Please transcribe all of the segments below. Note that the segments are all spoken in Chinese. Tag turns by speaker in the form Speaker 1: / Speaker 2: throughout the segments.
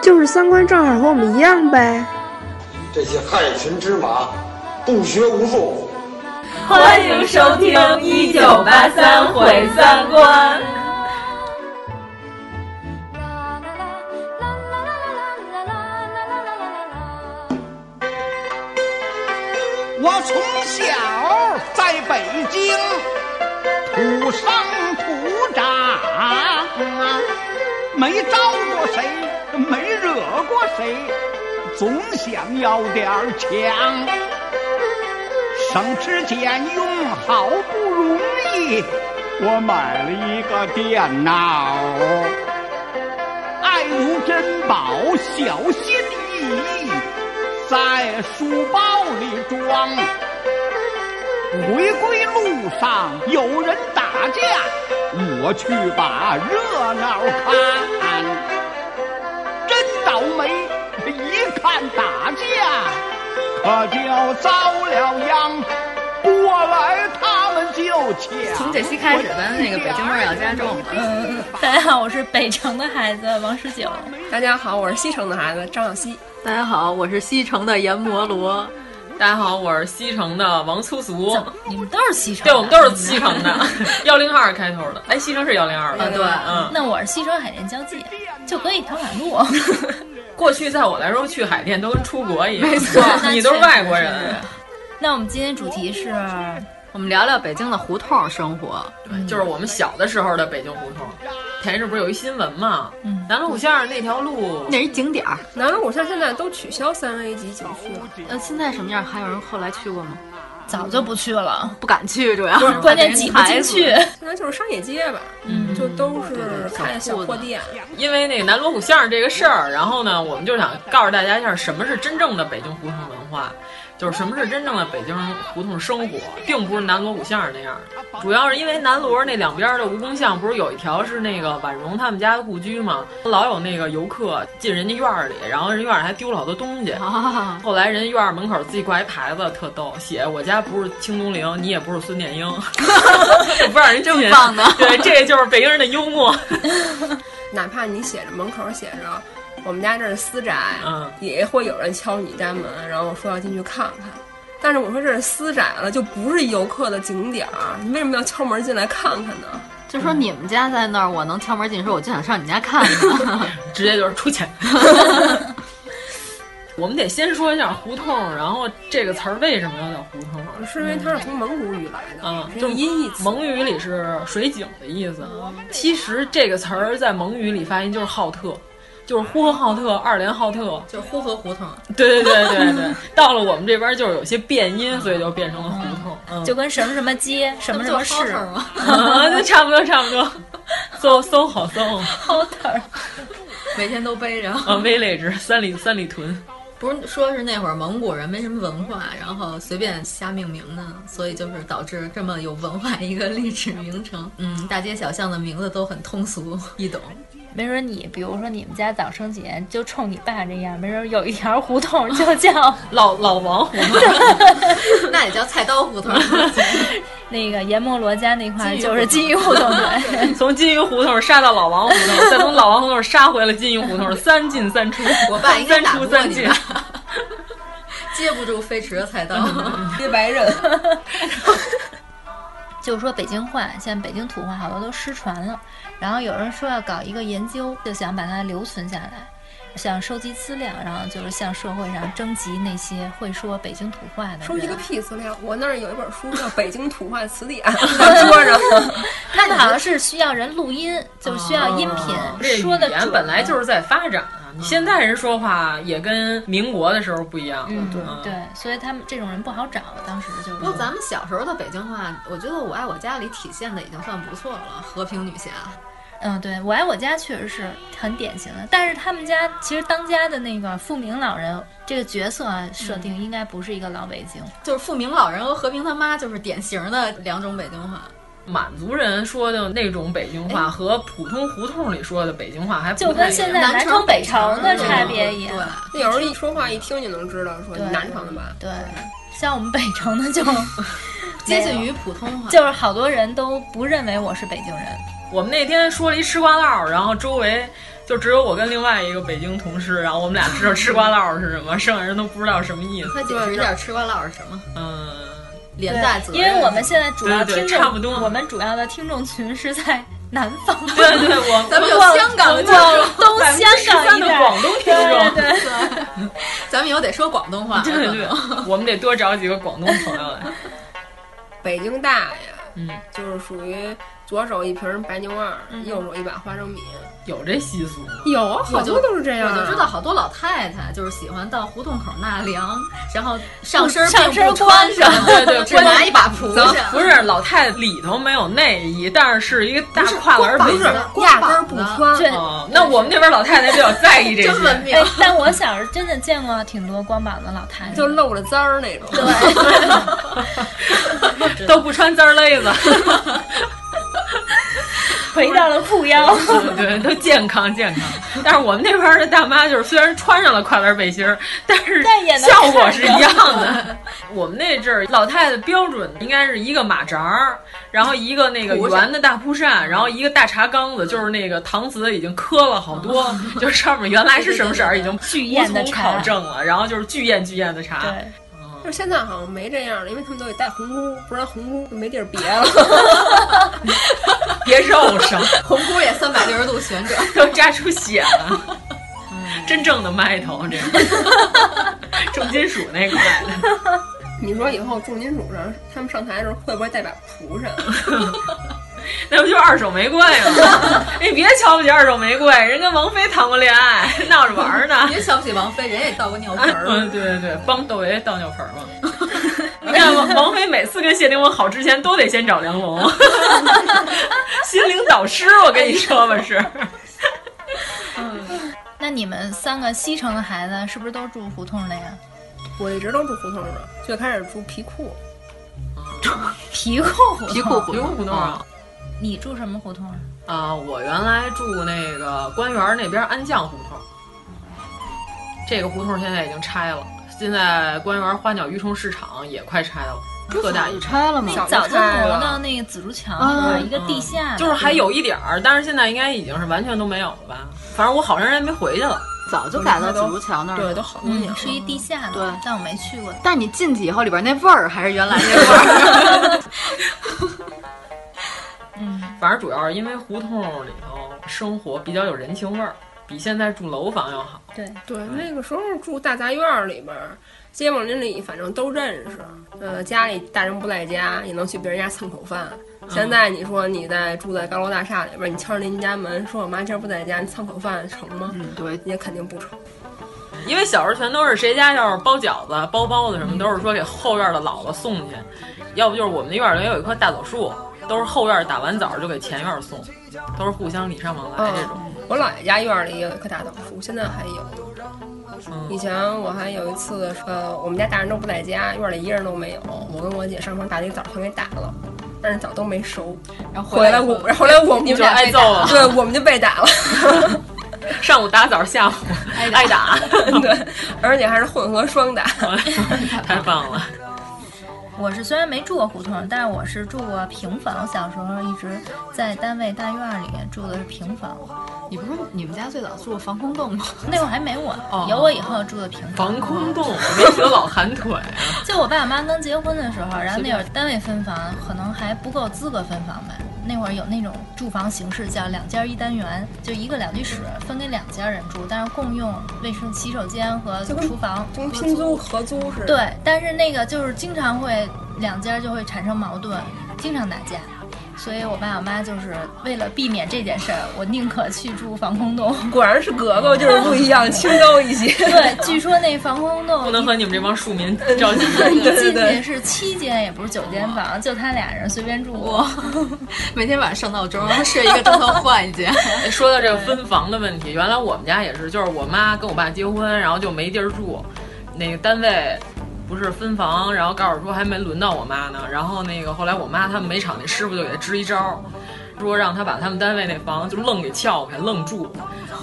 Speaker 1: 就是三观正好和我们一样呗。
Speaker 2: 这些害群之马，不学无术。
Speaker 3: 欢迎收听《一九八三毁三观》。
Speaker 4: 我从小在北京土生土长，没招过谁，没惹过谁，总想要点强。省吃俭用，好不容易我买了一个电脑，爱如珍宝，小心翼翼。在书包里装，回归路上有人打架，我去把热闹看。真倒霉，一看打架，可就遭了殃。过来，他们就抢。
Speaker 5: 从这期开始，咱那个北京味儿要加重了。嗯，
Speaker 6: 大家好，我是北城的孩子王十九。
Speaker 7: 大家好，我是西城的孩子张小西。
Speaker 8: 大家好，我是西城的阎摩罗。
Speaker 9: 大家好，我是西城的王粗俗。
Speaker 6: 你们都是西城？
Speaker 9: 对，我们都是西城的， 幺零二开头的。哎，西城是幺零二吧？
Speaker 6: 对，嗯。那我是西城海淀交界，就隔一条马 路。
Speaker 9: 过去在我来说，去海淀都跟出国一样。
Speaker 6: 没错，
Speaker 9: 你都是外国人。
Speaker 6: 那我们今天主题是，
Speaker 8: 我们聊聊北京的胡同生活。
Speaker 9: 对，就是我们小的时候的北京胡同。前一阵不是有一新闻嘛？嗯，南锣鼓巷那条路
Speaker 8: 那一景点儿，
Speaker 7: 南锣鼓巷现在都取消三 A 级景区了。
Speaker 8: 呃，现在什么样？还有人后来去过吗？
Speaker 6: 早就不去了，
Speaker 8: 不敢去，主要
Speaker 6: 是关键挤不进去。
Speaker 7: 现在就是商业街吧，嗯，就都是开小货店。
Speaker 8: 嗯
Speaker 9: 因为那个南锣鼓巷这个事儿，然后呢，我们就想告诉大家一下，什么是真正的北京胡同文化。就是什么是真正的北京胡同生活，并不是南锣鼓巷那样的。主要是因为南锣那两边的蜈蚣巷，不是有一条是那个婉容他们家的故居吗？老有那个游客进人家院里，然后人院里还丢了好多东西。
Speaker 8: 啊、
Speaker 9: 后来人院门口自己挂一牌子，特逗，写我家不是清东陵，你也不是孙殿英，不让人进。
Speaker 8: 真棒的，
Speaker 9: 对，这就是北京人的幽默。
Speaker 7: 哪怕你写着门口写着。我们家这是私宅，嗯，也会有人敲你家门，然后说要进去看看。但是我说这是私宅了，就不是游客的景点儿，你为什么要敲门进来看看呢？
Speaker 8: 就说你们家在那儿，我能敲门进去，我就想上你家看看，
Speaker 9: 直接就是出钱。 我们得先说一下胡同，然后这个词儿为什么要叫胡同？
Speaker 1: 嗯
Speaker 7: 是因为它是从蒙古语来的
Speaker 9: 啊，就
Speaker 7: 音译。
Speaker 9: 蒙语里是水井的意思。啊其实这个词儿在蒙语里发音就是浩特。就是呼和浩特、二连浩特，
Speaker 8: 就呼和 胡同。
Speaker 9: 对对对对 对，到了我们这边就是有些变音，所以就变成了胡同。嗯，
Speaker 6: 就跟什么什么街、什么什么市，
Speaker 7: 嗯
Speaker 9: 就差不多差不多。搜搜好搜
Speaker 6: 好特，
Speaker 8: 每天都背着。
Speaker 9: 啊，village 三里三里屯。
Speaker 8: 不是说是那会儿蒙古人没什么文化，然后随便瞎命名的，所以就是导致这么有文化一个历史名城。嗯，大街小巷的名字都很通俗易懂。
Speaker 6: 没准你，比如说你们家早生姐就冲你爸这样，没准有一条胡同 就叫
Speaker 9: 老老王胡同，
Speaker 8: 那也叫菜刀胡同。
Speaker 6: 那个阎摩罗家那块就是金鱼胡同，
Speaker 9: 从金鱼胡同杀到老王胡同，再从老王胡同杀回了金鱼胡同，三进三出。
Speaker 8: 我爸应该
Speaker 9: 三出三 进，
Speaker 8: 接不住飞驰的菜刀，
Speaker 7: 嗯接白刃。
Speaker 6: 就是说北京话，现在北京土话好多都失传了。然后有人说要搞一个研究，就想把它留存下来，想收集资料，然后就是向社会上征集那些会说北京土话的人。
Speaker 7: 收集个屁资料！我那儿有一本书叫《北京土话词典》，在桌上。
Speaker 6: 他们好像是需要人录音，就是需要音频、哦、说的。
Speaker 9: 语本来就是在发展。啊你现在人说话也跟民国的时候不一样了，
Speaker 6: 嗯，对对，所以他们这种人不好找。当时就
Speaker 8: 不过咱们小时候的北京话，我觉得“我爱我家”里体现的已经算不错了，《和平女侠》。
Speaker 6: 嗯，对我爱我家确实是很典型的，但是他们家其实当家的那个富明老人这个角色啊，设定应该不是一个老北京，
Speaker 8: 就是富明老人和和平他妈就是典型的两种北京话。
Speaker 9: 满族人说的那种北京
Speaker 8: 哎
Speaker 9: 话和普通胡同里说的北京话还
Speaker 6: 就跟现在南
Speaker 8: 城
Speaker 6: 北城的差别一样。
Speaker 7: 那有时候一说话一听就能知道说南城的吧？
Speaker 6: 对，像我们北城的就
Speaker 8: 接近于普通话，
Speaker 6: 啊就是好多人都不认为我是北京人。
Speaker 9: 我们那天说了一吃瓜唠，然后周围就只有我跟另外一个北京同事，然后我们俩知道吃瓜唠是什么，剩下人都不知道什么意思。
Speaker 8: 快解释一下吃瓜唠是什么？
Speaker 9: 嗯，
Speaker 8: 连带责
Speaker 6: 任。因为我们现在主要听众，
Speaker 9: 对对差不多
Speaker 6: 我们主要的听众群是在南方。
Speaker 9: 对对，我
Speaker 8: 咱们有香港的听众，
Speaker 6: 东香港
Speaker 9: 一带广东听
Speaker 6: 众。
Speaker 9: 对
Speaker 6: 对对，
Speaker 8: 咱们以后得说广东话。
Speaker 9: 对对，我们得多找几个广东朋友来。啊
Speaker 7: 北京大爷，
Speaker 9: 嗯，
Speaker 7: 就是属于。左手一瓶白牛二，右手一把花生米，
Speaker 9: 有这习俗吗？
Speaker 7: 有啊，好多都是这样。
Speaker 8: 我就知道好多老太太就是喜欢到胡同口纳凉，然后上身
Speaker 6: 上身
Speaker 8: 穿
Speaker 6: 上，
Speaker 9: 对对，
Speaker 8: 只拿一把蒲扇。
Speaker 9: 不是老太太里头没有内衣，但是是一个大跨栏
Speaker 7: 不
Speaker 9: 背
Speaker 7: 是压根儿不穿。
Speaker 6: 对，
Speaker 9: 哦那我们那边老太太比较在意这 些。
Speaker 8: 真文明。
Speaker 6: 哎但我小时候真的见过挺多光膀子老太太，
Speaker 7: 就露着滋儿那种。
Speaker 6: 对，
Speaker 9: 都不穿滋儿勒子。
Speaker 6: 回到了裤腰，
Speaker 9: 对，都健康健康。但是我们那边的大妈就是，虽然穿上了跨栏背心儿，但是效果是一样的。我们那阵儿老太太标准应该是一个马扎儿，然后一个那个圆的大蒲扇，然后一个大茶缸子，就是那个搪瓷已经磕了好多，就上面原来是什么色儿已经
Speaker 6: 巨艳的
Speaker 9: 茶考证了，然后就是巨艳巨艳的茶。
Speaker 6: 对。
Speaker 7: 就现在好像没这样了，因为他们都得带红箍，不然红箍就没地儿别了，
Speaker 9: 别肉上，
Speaker 8: 红箍也三百六十度旋转，
Speaker 9: 都扎出血了。 真正的麦头，这 重金属那块的。
Speaker 7: 你说以后重金属上他们上台的时候会不会带把蒲扇？
Speaker 9: 那不就二手玫瑰 吗？你别瞧不起二手玫瑰，人跟王菲谈过恋爱， 闹着玩呢。
Speaker 8: 别瞧不起王菲，人也倒过尿盆儿。
Speaker 9: 嗯，对对对，帮窦唯倒尿盆嘛。 你看王王菲每次跟谢霆锋好之前，都得先找梁 龙，心灵导师，我跟你说吧是。
Speaker 6: 嗯，那你们三个西城的孩子是不是都住胡同的呀？
Speaker 7: 我一直都住胡同的，最开始住皮库，
Speaker 6: 住皮库胡同，
Speaker 9: 皮库皮库胡同啊。
Speaker 5: 嗯
Speaker 6: 你住什么胡同啊？
Speaker 9: 啊，我原来住那个官园那边安酱胡同，这个胡同现在已经拆了，现在官园花鸟鱼虫市场也快拆了。特大一
Speaker 5: 拆了吗？
Speaker 6: 早就挪到那个紫竹桥
Speaker 7: 啊
Speaker 6: 了，一个
Speaker 7: 嗯
Speaker 6: 地下，
Speaker 9: 就是还有一点儿，但是现在应该已经是完全都没有了吧？反正我好长时间没回去了。嗯
Speaker 5: 早就改到紫竹桥那儿
Speaker 7: 了，对，都好多年了，
Speaker 6: 是一地下的，
Speaker 5: 对，
Speaker 6: 但我没去过。
Speaker 5: 嗯但你进去以后，里边那味儿还是原来那味儿。
Speaker 6: 嗯，
Speaker 9: 反正主要是因为胡同里头生活比较有人情味儿，比现在住楼房要好。
Speaker 6: 对
Speaker 7: 对，那个时候住大杂院里边。街坊邻里反正都认识，呃，家里大人不在家也能去别人家蹭口饭。嗯现在你说你在住在高楼大厦里边，你敲着邻家门说“我妈今儿不在家，你蹭口饭成吗？”
Speaker 5: 嗯，对，
Speaker 7: 也肯定不成。
Speaker 9: 嗯因为小时候全都是谁家要是包饺子、包包子什么，都是说给后院的姥姥送去，要不就是我们那院里有一棵大枣树，都是后院打完枣就给前院送，都是互相礼尚往来这种。
Speaker 7: 嗯、我姥爷家院里也有一棵大枣树，现在还有。
Speaker 9: 嗯
Speaker 7: 以前我还有一次，呃，我们家大人都不在家，院里一人都没有。我跟我姐上床把那枣全给打了，但是枣都没熟。
Speaker 8: 然后
Speaker 7: 回来我，然后后来我们
Speaker 9: 就挨揍了，
Speaker 7: 对，我们就被 打了。
Speaker 9: 上午打枣，下午挨打，
Speaker 7: 对，而且还是混合双打，
Speaker 9: 太棒了。
Speaker 6: 我是虽然没住过胡同，但是我是住过平房。我小时候一直在单位大院里面住的是平房。
Speaker 5: 你不是你们家最早住过防空洞吗？
Speaker 6: 那会儿还没我，有我以后住的平房。
Speaker 9: 防空洞，没觉老寒腿、啊。
Speaker 6: 就我爸我妈刚结婚的时候，然后那会儿单位分房，可能还不够资格分房吧。那会儿有那种住房形式叫两间一单元，就一个两居室分给两家人住，但是共用卫生、洗手间和厨房，
Speaker 7: 就跟拼租合租似的。
Speaker 6: 对，但是那个就是经常会两家就会产生矛盾，经常打架。所以我爸我妈就是为了避免这件事儿，我宁可去住防 空洞。
Speaker 7: 果然是格格，就是不一样，清高一 些。
Speaker 6: 对，据说那防空洞
Speaker 9: 不能和你们这帮庶民着急。
Speaker 6: 进去是七间，也不是九间房，就他俩人随便住。
Speaker 8: 哇，每天晚上上闹钟，睡一个钟头换 一间。
Speaker 9: 说到这个分房的问题，原来我们家也是，就是我妈跟我爸结婚，然后就没地儿住，那个单位。不是分房，然后告诉说还没轮到我妈呢。然后那个后来我妈他们煤厂那师傅就给她支一招，说让她把他们单位那房就愣给撬开，愣住。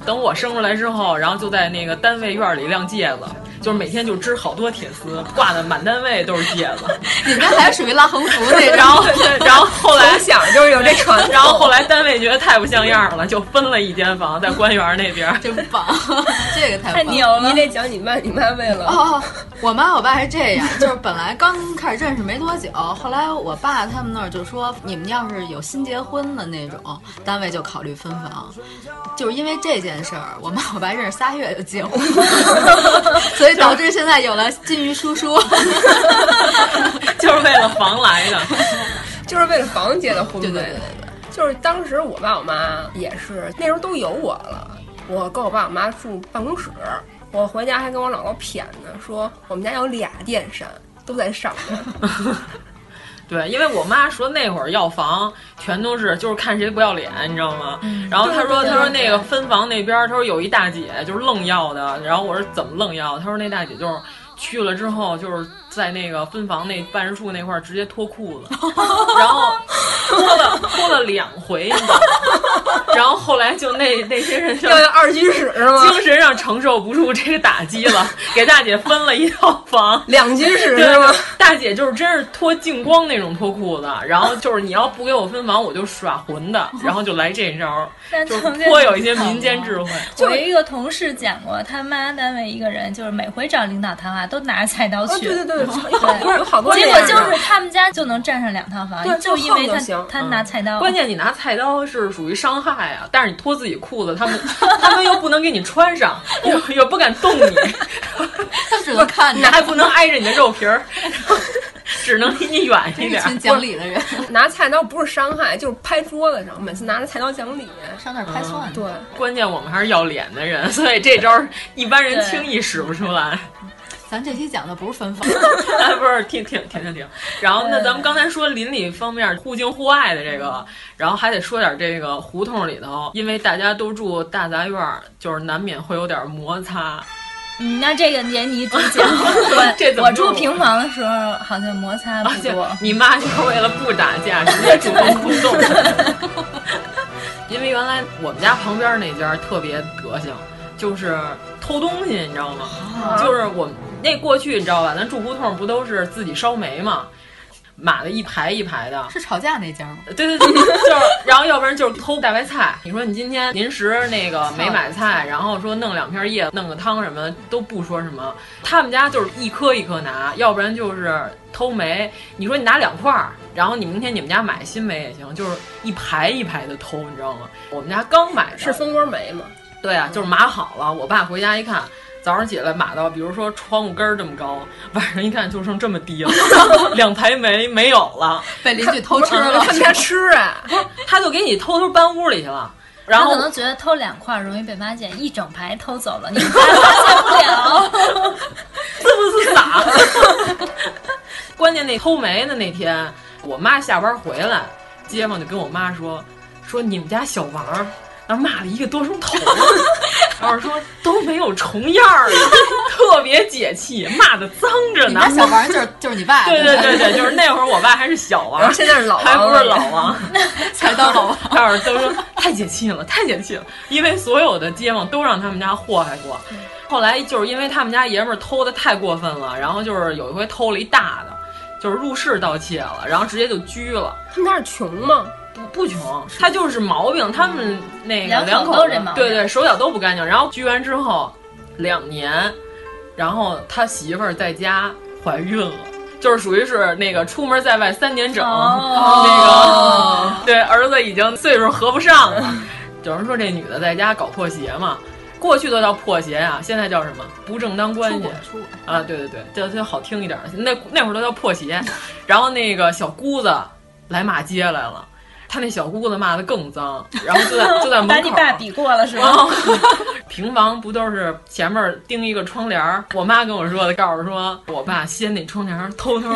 Speaker 9: 等我生出来之后，然后就在那个单位院里晾戒指，就是每天就织好多铁丝，挂的满单位都是戒指。
Speaker 8: 你们还属于拉横幅 那
Speaker 9: 然后然后后来
Speaker 7: 想就是有这传统。
Speaker 9: 然后后来单位觉得太不像样了，就分了一间房在官园那边。
Speaker 8: 真棒， 这个太
Speaker 7: 牛了！你得讲你妈，你妈为了
Speaker 8: 哦，我妈我爸还。这样就是本来刚开始认识没多久，后来我爸他们那儿就说，你们要是有新结婚的那种单位就考虑分房，就是因为这件事儿，我妈我爸认识仨月就结婚， 所以导致现在有了金鱼叔叔，
Speaker 9: 就是为了房来的，
Speaker 7: 就是为了房结的婚
Speaker 8: 对对对对，
Speaker 7: 就是当时我爸我妈也是那时候都有我了，我跟我爸我妈住办公室。我回家还跟我姥姥谝呢，说我们家有俩电扇，都在上面。
Speaker 9: 对，因为我妈说那会儿要房全都是就是看谁不要脸，你知道吗？
Speaker 7: 嗯
Speaker 9: 然后她说她说那个分房那边，她说有一大姐就是愣要的，然后我说怎么愣要？她说那大姐就是。去了之后，就是在那个分房那办事处那块儿直接脱裤 子，然后脱了脱了两回，你知道吗？ 然后后来就那那些人就
Speaker 7: 二居室是吗？
Speaker 9: 精神上承受不住这个打击了，给大姐分了一套房，
Speaker 7: 两居室是吗？
Speaker 9: 大姐就是真是脱净光那种脱裤子，然后就是你要不给我分房，我就耍混的，然后就来这 招，就颇有一些民间智慧。
Speaker 6: 我一个同事讲过，他妈单位一个人就是每回找领导谈话。都拿着菜刀去、
Speaker 7: 哦，对对对，不是有好多。
Speaker 6: 结果就是他们家就能占上两套房，
Speaker 7: 就
Speaker 6: 因为他他拿菜刀、嗯。
Speaker 9: 关键你拿菜刀是属于伤害啊，但是你脱自己裤子，他们他们又不能给你穿上，又又不敢 动你，
Speaker 8: 他只能看着，
Speaker 9: 还不能挨着你的肉皮儿， 只能离你远一点。
Speaker 8: 挺讲理的人，
Speaker 7: 拿菜刀不是伤害，就是拍桌子上，每次拿着菜刀讲理，
Speaker 8: 上那儿拍蒜、嗯。
Speaker 7: 对，
Speaker 9: 关键我们还是要脸的人，所以这招一般人轻易使不出来。
Speaker 8: 咱这期讲的不是分房，
Speaker 9: 哎， 不是，停停停停停。然后那咱们刚才说邻里方面互敬互爱的这个，然后还得说点这个胡同里头，因为大家都住大杂院，就是难免会有点摩擦。
Speaker 6: 嗯，那这个年你主 讲，
Speaker 9: 这
Speaker 6: 我住平房的时候好像摩
Speaker 9: 啊
Speaker 6: 擦不多。
Speaker 9: 你妈就是为了不打架，直接主动互动。因为原来我们家旁边那家特别德行，就是偷东西，你知道吗？啊、就是我。那过去你知道吧？咱住胡同不都是自己烧煤嘛，码的一排一排的。
Speaker 8: 是吵架那家吗？
Speaker 9: 对对对，就是，然后要不然就是偷大白菜。你说你今天临时那个没买菜，然后说弄两片叶子，弄个汤什么都不说什么。他们家就是一颗一颗拿，要不然就是偷煤。你说你拿两块儿，然后你明天你们家买新煤也行，就是一排一排的偷，你知道吗？我们家刚买的
Speaker 7: 是蜂窝煤吗？
Speaker 9: 对啊，就是码好了。我爸回家一看。早上起来码到，比如说窗户根儿这么高，晚上一看就剩这么低了， 两排煤没有了，
Speaker 8: 被邻居偷吃了。
Speaker 7: 他们家吃啊，
Speaker 9: 他就给你偷偷搬屋里去了。然后
Speaker 6: 可能觉得偷两块容易被发现，一整排偷走了，你们发现不了，
Speaker 9: 是不是傻？ 关键那偷煤的那天，我妈下班回来，街坊就跟我妈说，说你们家小王。然后骂了一个多钟头，然后说都没有重样儿，特别解气，骂的脏着呢。
Speaker 8: 你小王就是就是你爸，
Speaker 9: 对对对对，就是那会儿我爸还是小王，
Speaker 7: 现在是老王，
Speaker 9: 还不是老王，
Speaker 8: 才当 老王。
Speaker 9: 那会儿都说太解气了，太解气了，因为所有的街坊都让他们家祸害过。后来就是因为他们家爷们儿偷的太过分了，然后就是有一回偷了一大的，就是入室盗窃了，然后直接就拘了。
Speaker 7: 他们家是穷吗？
Speaker 9: 不不穷，他就是毛病，他们那个
Speaker 6: 两
Speaker 9: 口
Speaker 6: 子，
Speaker 9: 对对，手脚都不干净。然后拘完之后，两年，然后他媳妇儿在家怀孕了，就是属于是那个出门在外三年整，
Speaker 6: 哦、
Speaker 9: 那个对儿子已经岁数合不上了。有人说这女的在家搞破鞋嘛，过去都叫破鞋啊，现在叫什么不正当关系啊？对对对，叫叫好听 一点，那那会儿都叫破鞋。然后那个小姑子来骂街来了。他那小姑子骂的更脏，然后就在就在门口 哦
Speaker 10: 把你爸比过 了是吗？
Speaker 6: 哦
Speaker 9: 平房不都是前面钉一个窗帘儿？我妈跟我说的，告诉说我爸掀那窗帘儿，偷偷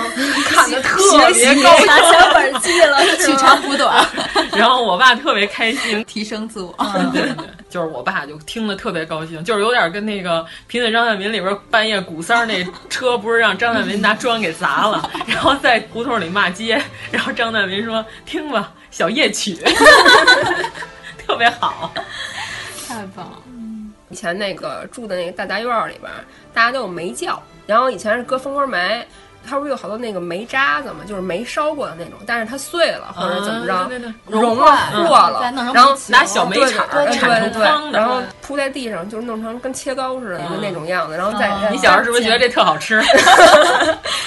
Speaker 9: 看的特别高兴，
Speaker 10: 拿小本记了，
Speaker 8: 取长补短。
Speaker 9: 然后我爸特别开心，
Speaker 8: 提升自我。
Speaker 9: 嗯、对对， 就是我爸就听得特别高兴，就是有点跟那个《贫嘴张大民》里边半夜鼓三那车，不是让张大民拿砖给砸了，然后在胡同里骂街，然后张大民说：“听吧，小夜曲。”特别好，
Speaker 8: 太棒了。
Speaker 7: 以前那个住的那个大杂院里边，大家都有煤窖，然后以前是搁蜂窝煤，它不是有好多那个煤渣子嘛，就是煤烧过的那种，但是它碎了或者怎么着，啊、
Speaker 9: 对对对
Speaker 7: 融了和了、
Speaker 8: 嗯，
Speaker 7: 然后
Speaker 9: 拿小煤铲
Speaker 7: 铲
Speaker 9: 成汤
Speaker 7: 然后铺在地上，就是弄成跟切糕似的那种样子，嗯、然后再、嗯、
Speaker 9: 你小时候是不是觉得这特好 吃？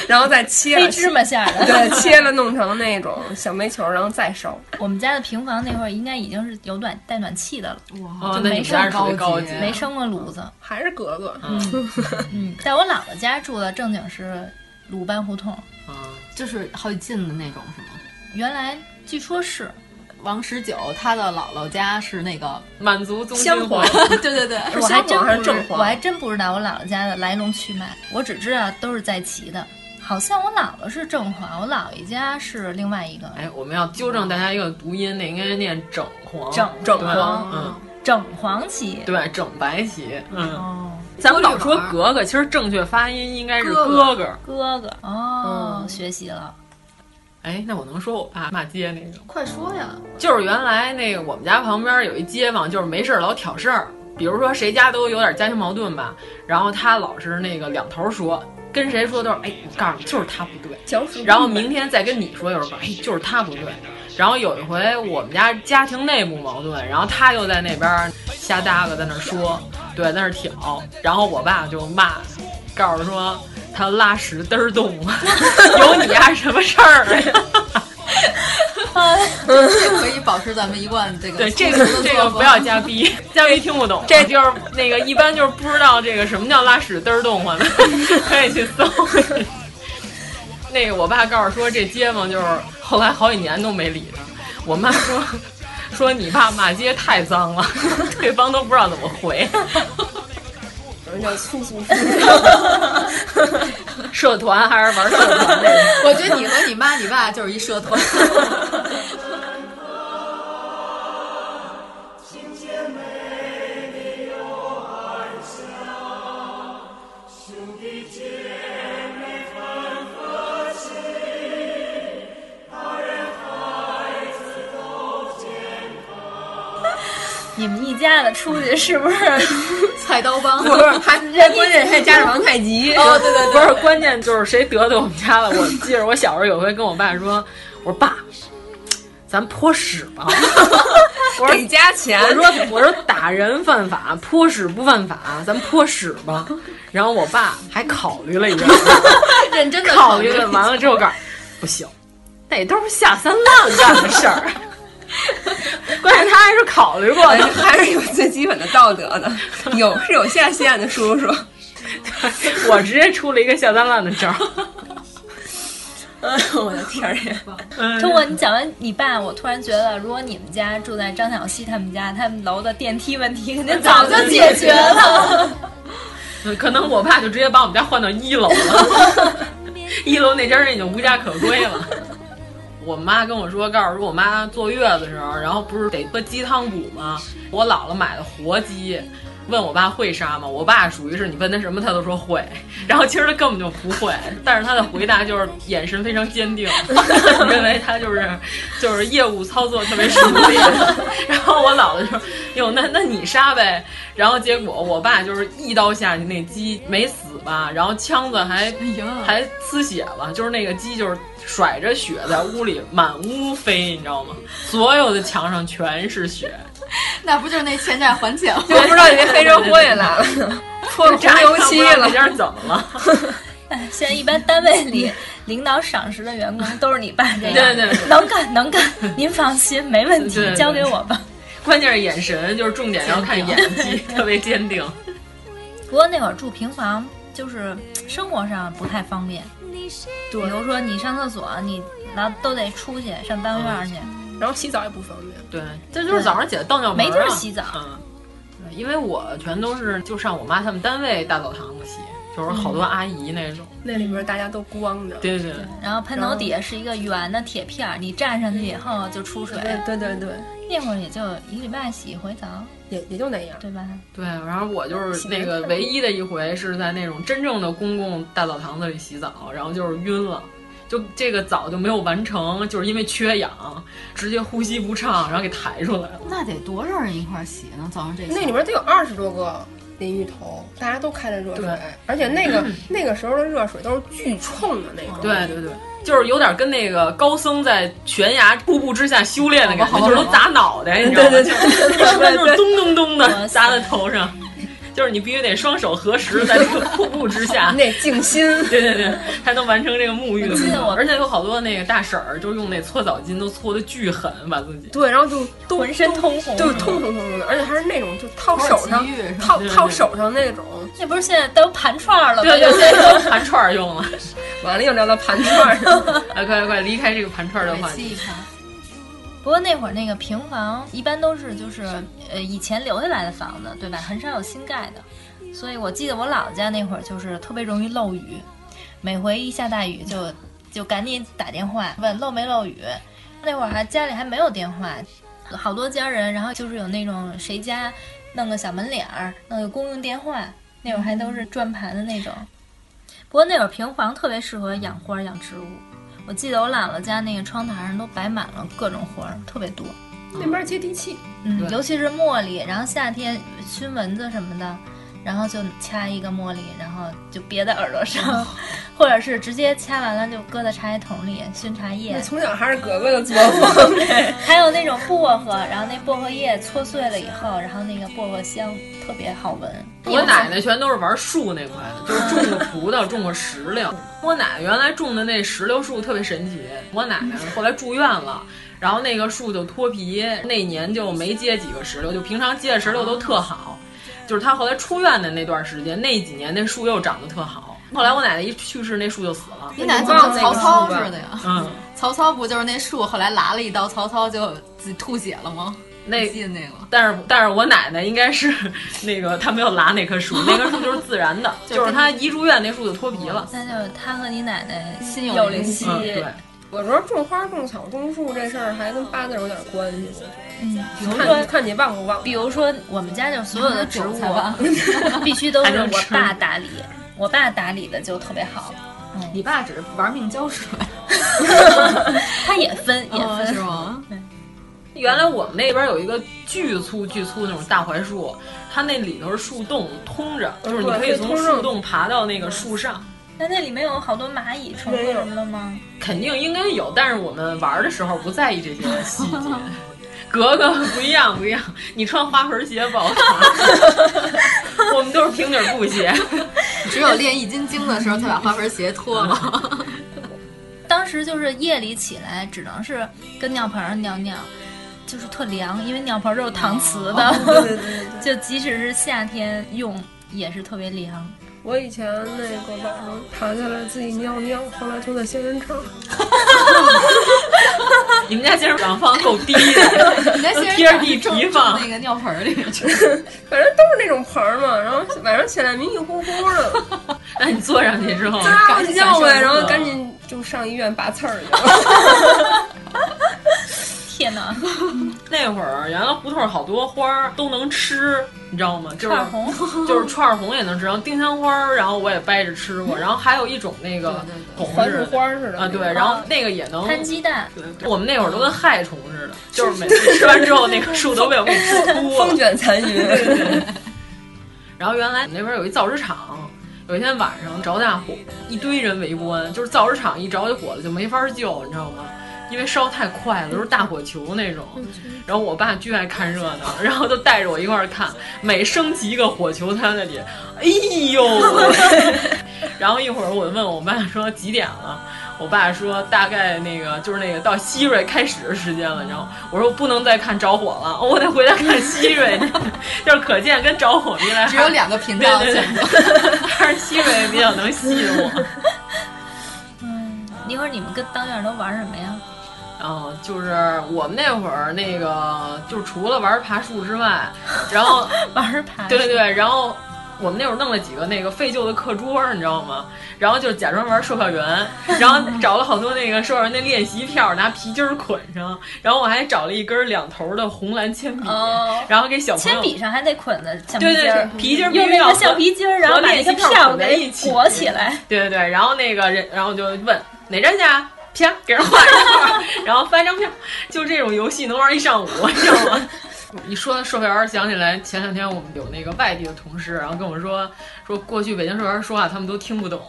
Speaker 7: 然后再切
Speaker 10: 黑芝麻馅的，
Speaker 7: 对，切了弄成那种小煤球，然后再烧。
Speaker 6: 我们家的平房那会儿应该已经是有暖带暖气的了，
Speaker 9: 哇，
Speaker 6: 就没
Speaker 9: 上
Speaker 6: 高
Speaker 9: 级，
Speaker 6: 没生过炉子，
Speaker 7: 还是格格。
Speaker 6: 嗯啊嗯，在我姥姥家住的正经是鲁班胡同，
Speaker 9: 啊，
Speaker 8: 就是好几进的那种是吗？
Speaker 6: 原来据说是。
Speaker 8: 王十九他的姥姥家是那个
Speaker 9: 满族宗
Speaker 7: 香
Speaker 9: 皇，
Speaker 8: 对对对，
Speaker 7: 我还
Speaker 6: 真
Speaker 7: 不知，
Speaker 6: 我还真不知道我姥姥家的来龙去脉，我只知道都是在旗的。好像我姥姥是正黄，我姥爷家是另外一个。
Speaker 9: 哎，我们要纠正大家一个读音，那应该念整黄，
Speaker 6: 整
Speaker 9: 整
Speaker 6: 黄，
Speaker 9: 嗯，
Speaker 6: 整黄旗，
Speaker 9: 对，整白旗，嗯。
Speaker 6: 哦
Speaker 9: 咱们老说
Speaker 7: 啊
Speaker 9: 格格，其实正确发音应该是
Speaker 8: 哥
Speaker 9: 哥，
Speaker 6: 哥哥。哦，嗯、学习了。
Speaker 9: 哎，那我能说我爸骂街那个？
Speaker 8: 快说呀！
Speaker 9: 就是原来那个我们家旁边有一街坊，就是没事儿老挑事儿，比如说谁家都有点家庭矛盾吧，然后他老是那个两头说，跟谁说都是哎，我告诉你就是他不对，然后明天再跟你说又是哎就是他不对，然后有一回我们家家庭内部矛盾，然后他又在那边瞎搭吧，在那说，对，在那挑，然后我爸就骂，告诉说。他拉屎嘚儿动， 有你呀、啊、什么事儿啊 呀？
Speaker 8: 这可以保持咱们一贯这个
Speaker 9: 对这个这个不要加逼，加逼听不懂，这就是那个一般就是不知道这个什么叫拉屎嘚儿动唤的， 可以去搜。 那个我爸告诉说这街坊就是后来好几年都没理他，我妈说说你爸骂街太脏了， 对方都不知道怎么回。
Speaker 7: 叫粗俗，
Speaker 9: 社团还是玩社团的？
Speaker 8: 我觉得你和你妈、你爸就是一社 团。
Speaker 10: 你们一家子出去是 不是
Speaker 8: 菜刀帮？
Speaker 7: 不是，还关键还加上王太 极。
Speaker 8: 哦，对对对，
Speaker 9: 不是关键就是谁得罪我们家了。我记着我小时候有回跟我爸说，我说爸，咱泼屎吧。我说
Speaker 7: 得加钱。
Speaker 9: 我说我说打人犯法，泼屎不犯法，咱泼屎吧。然后我爸还考虑了一下，
Speaker 8: 认真的
Speaker 9: 考虑了。完了之后告诉不行，那都是下三滥干的事儿。 关键他还是考虑过的，
Speaker 7: 还是有最基本的道德的，有是有下线的叔 叔。
Speaker 9: 我直接出了一个下三滥的招。
Speaker 7: 哎我的天 呀！
Speaker 6: 通过你讲完你爸，我突然觉得，如果你们家住在张小西他们家，他们楼的电梯问题肯定早就解决了。
Speaker 9: 可能我爸就直接把我们家换到一楼了，一楼那家人已经无家可归了。我妈跟我说，告诉我妈坐月子时候，然后不是得喝鸡汤补吗？我姥姥买的活鸡，问我爸会杀吗？我爸属于是你问他什么他都说会，然后其实他根本就不会，但是他的回答就是眼神非常坚定， 认为他就是就是业务操作特别熟练。 然后我姥姥就说：“哟，那那你杀呗。”然后结果我爸就是一刀下去，那鸡没死吧，然后枪子还、
Speaker 8: 哎、
Speaker 9: 还呲血了，就是那个鸡就是。甩着血在屋里满屋飞，你知道吗？所有的墙上全是血，
Speaker 8: 那不就是那欠债还钱吗？
Speaker 7: 我不知道你那黑社会来了，泼炸油漆了，
Speaker 9: 这是怎么了？
Speaker 6: 哎，现在一般单位里领导赏识的员工都是你爸
Speaker 7: 哎
Speaker 6: 这
Speaker 9: 嗯样，对对,对，
Speaker 6: 能干能干，您放心，没问题，
Speaker 9: 对对
Speaker 6: 交给我吧。
Speaker 9: 关键是眼神，就是重点要看演技， 特别坚定。
Speaker 6: 不过那会儿住平房，就是生活上不太
Speaker 9: 嗯
Speaker 6: 方便。比如说你上厕所，你然后都得出去上单元去，
Speaker 7: 然后洗澡也不方便。
Speaker 9: 对，这就是早上起来倒尿盆、啊，
Speaker 6: 没地儿洗澡。
Speaker 9: 嗯，因为我全都是就上我妈他们单位大澡堂子洗，就是好
Speaker 6: 嗯
Speaker 9: 多阿姨那种。
Speaker 7: 那里边大家都光着。
Speaker 9: 对对。
Speaker 6: 然后喷头底下是一个圆的铁片儿，你站上去以后就出水。
Speaker 7: 对对对。
Speaker 6: 那会儿也就一个礼拜洗一回澡，
Speaker 7: 也也就那样，
Speaker 6: 对吧？
Speaker 9: 对，然后我就是那个唯一的一回是在那种真正的公共大澡堂子里洗澡，然后就是晕了，就这个澡就没有完成，就是因为缺氧，直接呼吸不畅，然后给抬出来了。
Speaker 8: 那得多少人一块洗呢？早上这
Speaker 7: 那里边得有二十多个淋浴头，大家都开着热水，而且那个、嗯、那个时候的热水都是巨冲的那种，
Speaker 9: 对对对。就是有点跟那个高僧在悬崖瀑布之下修炼的感
Speaker 7: 哦
Speaker 9: 觉，就是都砸脑袋，你知道吗？
Speaker 7: 对对对，
Speaker 9: 一出来就是咚咚咚的砸在头上，就是你必须得双手合十在这个瀑布之下，
Speaker 7: 你得静心，
Speaker 9: 对对对，才能完成这个沐浴的工作。而且有好多那个大婶儿，就用那搓澡巾都搓的巨狠，把自己
Speaker 7: 对，然后就
Speaker 6: 浑身通红，
Speaker 7: 就是通红通红的，而且还是那种就套手上套套手上那种。
Speaker 6: 那不是现在都盘串了吗？
Speaker 9: 对对对，都盘串用了。
Speaker 7: 完了又聊到盘串了，
Speaker 9: 哎 啊，快快快离开这个盘串的话题。
Speaker 6: 不过那会儿那个平房一般都是就是呃以前留下来的房子，对吧？很少有新盖的，所以我记得我姥姥家那会儿就是特别容易漏雨，每回一下大雨就就赶紧打电话问漏没漏雨。那会儿还家里还没有电话，好多家人，然后就是有那种谁家弄个小门脸儿，弄个公用电话，那会儿还都是转盘的那种。不过那会儿平房特别适合养花养植物，我记得我姥姥家那个窗台上都摆满了各种花，特别多。
Speaker 7: 那边接地气，
Speaker 6: 嗯，尤其是茉莉，然后夏天熏蚊子什么的，然后就掐一个茉莉，然后就别在耳朵
Speaker 7: 哦
Speaker 6: 上， 或者是直接掐完了就搁在茶叶桶里熏茶叶。
Speaker 7: 从小还是格格的作风。
Speaker 6: 还有那种薄荷，然后那薄荷叶搓碎了以后，然后那个薄荷香特别好闻。
Speaker 9: 我奶奶全都是玩树那块的，就是种个葡萄，种个石榴。我奶奶原来种的那石榴树特别神奇，我奶奶后来住院了，然后那个树就脱皮，那年就没结几个石榴，就平常结的石榴都特好。就是她后来出院的那段时间，那几年那树又长得特好。后来我奶奶一去世，那树就死了。
Speaker 8: 你奶奶就像曹操似的呀？嗯，曹操不就是那树后来剌了一刀，曹操就自吐血了吗？
Speaker 9: 那
Speaker 8: 进那个，
Speaker 9: 但是但是我奶奶应该是那个她没有拉那棵树，那棵树就是自然的，就是她一住院那树就脱皮了。嗯
Speaker 6: 那就是她和你奶奶
Speaker 8: 心
Speaker 6: 有
Speaker 8: 灵
Speaker 6: 犀。
Speaker 9: 对，
Speaker 7: 我觉得种花、种草、种树这事儿还跟八字有点关系。
Speaker 6: 嗯，
Speaker 7: 比如说看你旺不旺。
Speaker 6: 比如说我们家就所有的植物 必须都是我爸打理，我爸打理的就特别好。
Speaker 8: 你爸只是玩命浇 水，
Speaker 6: 他也分
Speaker 7: 哦
Speaker 6: 也分
Speaker 8: 哦是吗？
Speaker 9: 原来我们那边有一个巨粗巨粗那种大槐树，它那里头是树洞通着，就是你可以从树洞爬到那个树上。
Speaker 6: 那那里面有好多蚂蚁、虫子什么的吗？
Speaker 9: 肯定应该有，但是我们玩的时候不在意这些细 节。格格不一样，不一样，你穿花盆鞋不好 看，我们都是平底布鞋，
Speaker 8: 只有练易筋经的时候才把花盆鞋脱
Speaker 7: 嗯
Speaker 8: 了。
Speaker 6: 当时就是夜里起来，只能是跟尿盆上尿尿。就是特凉，因为尿盆都是搪瓷的，
Speaker 7: 哦、对对对
Speaker 6: 就即使是夏天用也是特别凉。
Speaker 7: 我以前那个晚上爬下来自己尿尿，后来就在仙人掌。
Speaker 9: 你们家仙人掌放够低的，
Speaker 8: 你家仙人
Speaker 9: 贴着地皮放
Speaker 8: 那个尿盆里去，
Speaker 7: 反正都是那种盆嘛。然后晚上起来迷迷糊糊的，
Speaker 9: 那你坐上去之后，
Speaker 7: 大叫呗，然后赶紧就上医院拔刺儿去了。
Speaker 6: 天哪！
Speaker 9: 那会儿原来胡同好多花儿都能吃，你知道吗？ 就是
Speaker 6: 串红，
Speaker 9: 就是 串红也能吃。然后丁香花儿，然后我也掰着吃
Speaker 6: 嗯
Speaker 9: 过。然后还有一种那个红
Speaker 7: 似花似的
Speaker 9: 啊，对，然后那个也
Speaker 7: 哦
Speaker 9: 能
Speaker 6: 嗯摊鸡蛋。
Speaker 9: 对，我们那会儿都跟害虫似的，就是每次吃完之后，那棵树都被我们吃秃了，
Speaker 7: 风卷残云。
Speaker 9: 对对。然后原来那边有一造纸厂，有一天晚上着大火，一堆人围观，就是造纸厂一着起火了就没法救，你知道吗？因为烧太快了，都是大火球那种。然后我爸巨爱看热闹，然后就带着我一块儿看。每升起一个火球，他那里，哎呦！ 然后一会儿我问我爸说几点了，我爸说大概那个就是那个到希瑞开始的时间了。然后我说不能再看着火了，我得回来看希瑞。 就是可见跟着火比来，
Speaker 8: 只有两个频道，
Speaker 9: 对对对，还是希瑞比较能吸引我。
Speaker 6: 嗯，一会儿你们跟当院都玩什么呀？
Speaker 9: 嗯，就是我们那会儿那个，就是除了玩爬树之 外，然后
Speaker 6: 玩爬，
Speaker 9: 对对对，然后我们那会儿弄了几个那个废旧的课桌，你知道吗？然后就假装玩售票 员，然后找了好多那个售票员的练习票，拿皮筋捆上，然后我还找了一根两头的红蓝铅笔，哦、然后给小朋
Speaker 6: 铅
Speaker 9: 友
Speaker 6: 笔上还得捆的橡
Speaker 9: 皮筋，对对，皮筋
Speaker 6: 用那个橡皮筋，然后把那个票给裹
Speaker 9: 起
Speaker 6: 来，
Speaker 9: 对对对，然后那个人，然后就问哪站去啊？啪，给人画一画，然后发张票，就这种游戏能玩一上午，你知道吗？ 你说售票员，想起来前两天我们有那个外地的同事，然后跟我说说过去北京售票员说话、啊、他们都听不懂，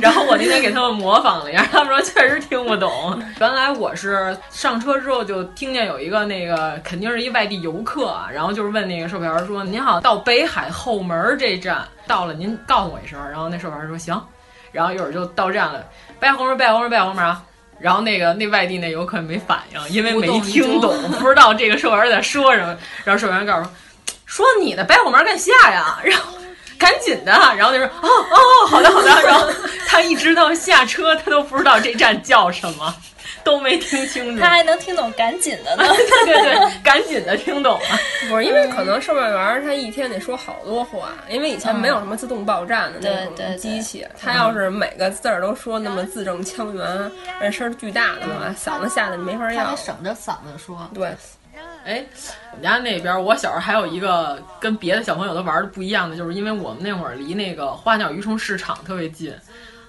Speaker 9: 然后我那天给他们模仿了一下，他们说确实听不懂。原来我是上车之后就听见有一个那个肯定是一外地游客，啊然后就是问那个售票员说：“您好，到北海后门这站到了，您告诉我一声。”然后那售票员说：“行。”然后一会儿就到站了，拜红门，拜红门，拜红门啊！然后那个那外地那游客没反应，因为没听懂， 不知道这个售票员在说什么。然后售票员告诉说：“说你的白虎门干下呀！” 然后赶紧的，然后就说：“哦哦，好的好的。” 然后他一直到下车，他都不知道这站叫什么，都没听清楚。
Speaker 6: 他还能听懂“赶紧的”呢，
Speaker 9: 对对对，赶紧的听懂了。
Speaker 7: 不是因为可能售票员他一天得说好多话，因为以前没有什么自动报站的那种机器，他要是每个字儿都说那么字正腔圆，那声儿巨大的话，嗓子吓得没法要。
Speaker 8: 嗯他省着嗓子说。
Speaker 7: 对。
Speaker 9: 哎，我们家那边，我小时候还有一个跟别的小朋友都玩的不一样的，就是因为我们那会儿离那个花鸟鱼虫市场特别近，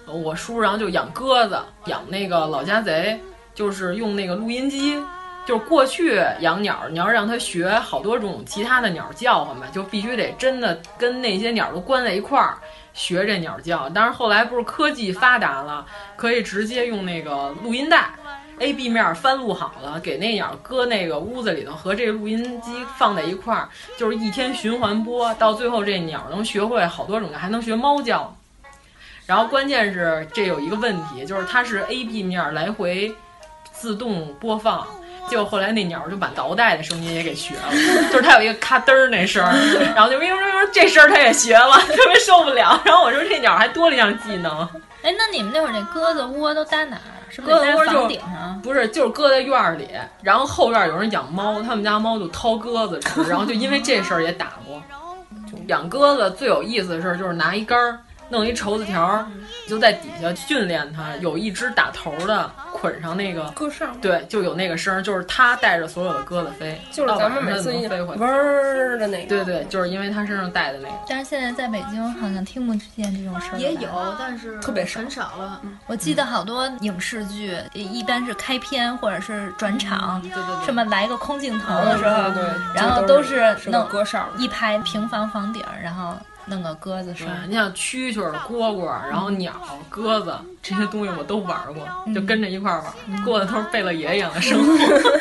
Speaker 9: 我叔然后就养鸽子，养那个老家贼，就是用那个录音机，就是过去养鸟，你要让它学好多种其他的鸟叫唤吧，就必须得真的跟那些鸟都关在一块儿。学这鸟叫，但是后来不是科技发达了，可以直接用那个录音带，A、B 面翻录好了，给那鸟搁那个屋子里头，和这录音机放在一块儿，就是一天循环播，到最后这鸟能学会好多种，还能学猫叫。然后关键是这有一个问题，就是它是 A、B 面来回自动播放。结果后来那鸟就把倒带的声音也给学了，就是它有一个咔噔儿那声儿，然后就喵喵喵这声儿它也学了，特别受不了。然后我说这鸟还多了一项技能。
Speaker 6: 哎，那你们那会儿那鸽子窝都搭哪儿？啊是
Speaker 9: 鸽子窝就
Speaker 6: 顶上？
Speaker 9: 不是，就是搁在院儿里。然后后院有人养猫，他们家猫就掏鸽子吃，然后就因为这事儿也打过。养鸽子最有意思的事儿就是拿一杆儿。弄一绸子条，就在底下训练它。有一只打头的，捆上那个
Speaker 7: 鸽上，
Speaker 9: 对，就有那个声，就是它带着所有的鸽子飞，
Speaker 7: 就是咱们每次
Speaker 9: 飞回
Speaker 7: 嗡儿的那个。
Speaker 9: 对对，就是因为它身上带的那个。
Speaker 6: 但是现在在北京好像听不见这种声，
Speaker 8: 也有，但是
Speaker 7: 特别少，
Speaker 8: 很少了。
Speaker 6: 我记得好多影视剧，一般是开篇或者是转场，
Speaker 9: 对对对，
Speaker 6: 什么来个空镜头的时候，
Speaker 7: 对，
Speaker 6: 然后
Speaker 7: 都
Speaker 6: 是弄
Speaker 7: 鸽哨，
Speaker 6: 一排平房房顶，然后。弄个鸽子声，
Speaker 9: 你想蛐蛐、蝈蝈，然后鸟、鸽子这些东西我都玩过，就跟着一块玩，
Speaker 7: 嗯
Speaker 9: 过的都是贝勒爷一样的生活。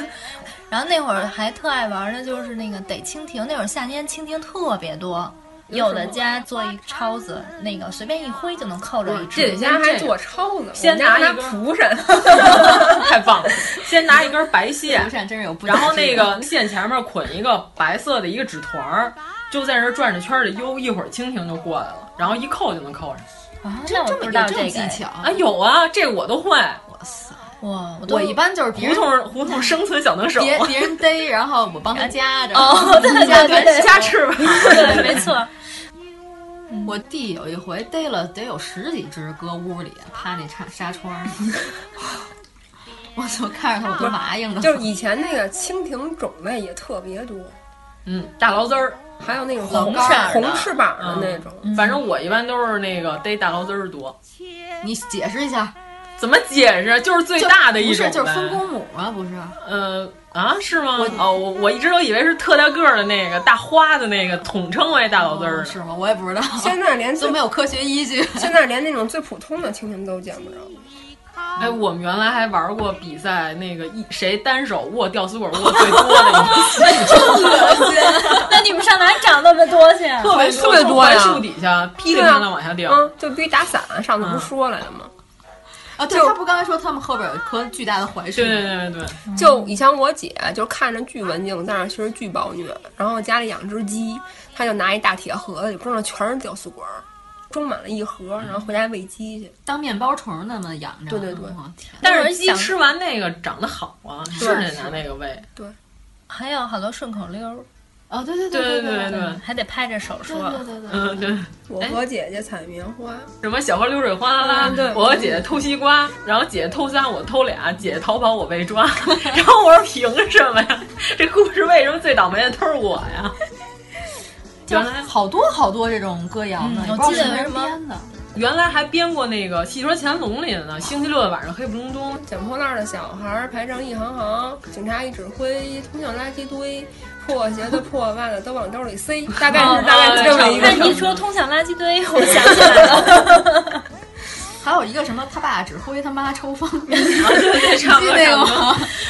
Speaker 6: 然后那会儿还特爱玩的就是那个逮蜻蜓，那会儿夏天蜻蜓特别多，有的家做一抄子，那个随便一挥就能扣着一只。
Speaker 7: 这家还做抄子，
Speaker 9: 先拿
Speaker 7: 一蒲扇，
Speaker 9: 太棒了！先拿一根白线，
Speaker 8: 蒲扇真是有。
Speaker 9: 然后那个线前面捆一个白色的一个纸团儿。就在那转着圈的悠，一会儿蜻蜓就过来了，然后一扣就能扣上。
Speaker 6: 啊，那我不知道这
Speaker 8: 技巧
Speaker 9: 啊，有啊，这我都会。
Speaker 8: 哇塞，
Speaker 6: 哇，
Speaker 8: 哎 我一般就是
Speaker 9: 胡同胡同生存小能手，
Speaker 8: 别别人逮，然后我帮他夹着，
Speaker 6: 哦，对对对，
Speaker 9: 夹翅膀，
Speaker 6: 对，没错。
Speaker 8: 我弟有一回逮了得有十几只，搁屋里趴那纱纱窗上。 我就看着他，我都麻硬了。
Speaker 7: 就是以前那个蜻蜓种类也特别多，
Speaker 9: 嗯，大劳滋儿。
Speaker 7: 还有那种
Speaker 8: 红
Speaker 7: 红翅膀的那种、
Speaker 9: 嗯，反正我一般都是那个逮大劳滋儿多。
Speaker 8: 你解释一下，
Speaker 9: 怎么解释？就是最大的一种，
Speaker 8: 就是分公母啊，不是？
Speaker 9: 呃啊，是吗？哦，我我一直都以为是特大个儿的那个大花的那个，统称为大劳滋儿、哦，
Speaker 8: 是吗？我也不知道，
Speaker 7: 现在连
Speaker 8: 都没有科学依据，
Speaker 7: 现在连那种最普通的蜻蜓都见不着。
Speaker 9: 哎，我们原来还玩过比赛，那个一谁单手握吊死鬼握最多的游戏，
Speaker 8: 那你真恶心！
Speaker 6: 那你们上哪找那么多去？
Speaker 9: 特别
Speaker 7: 特别多呀！
Speaker 9: 树底下噼里啪啦往下掉，
Speaker 7: 嗯，就必须打伞。上次不是说来了吗？
Speaker 8: 啊，对，他不刚才说他们后边有一棵巨大的槐树？
Speaker 9: 对对对对对。
Speaker 7: 就以前我姐就看着巨文静，但是其实巨暴虐。然后家里养只鸡，她就拿一大铁盒子，里边呢全是吊死鬼。装满了一盒，然后回家喂鸡去，
Speaker 8: 当面包虫那么养着。嗯
Speaker 7: 对对对，
Speaker 9: 但是鸡吃完那个长得好啊，是得拿那个喂。
Speaker 7: 对，
Speaker 6: 还有好多顺口溜。
Speaker 8: 哦，对对
Speaker 9: 对
Speaker 8: 对
Speaker 9: 对对，
Speaker 6: 还得拍着手说。
Speaker 8: 对对对，
Speaker 9: 嗯对。
Speaker 7: 我和姐姐采棉花，嗯
Speaker 9: 什么小河流水哗啦啦，
Speaker 7: 对，
Speaker 9: 我和姐姐偷西瓜，然后姐姐偷仨，我偷俩，姐姐逃跑我被 抓，然后我说凭什么呀？这故事为什么最倒霉的都是我呀？
Speaker 8: 原来嗯好多好多这种歌谣呢，
Speaker 6: 我记得
Speaker 8: 什么编的。
Speaker 9: 原来还编过那个《戏说乾隆》里呢，星期六的晚上黑不隆咚，
Speaker 7: 捡破烂的小孩，排长一行行，警察一指挥，通向垃圾堆，破鞋的破袜子都往兜里塞，大概是大概这么一个。
Speaker 6: 那一哎说通向垃圾堆，我想起来了。
Speaker 8: 还有一个什么，他爸指挥他妈抽 风，
Speaker 9: 对，差不多
Speaker 8: 那个。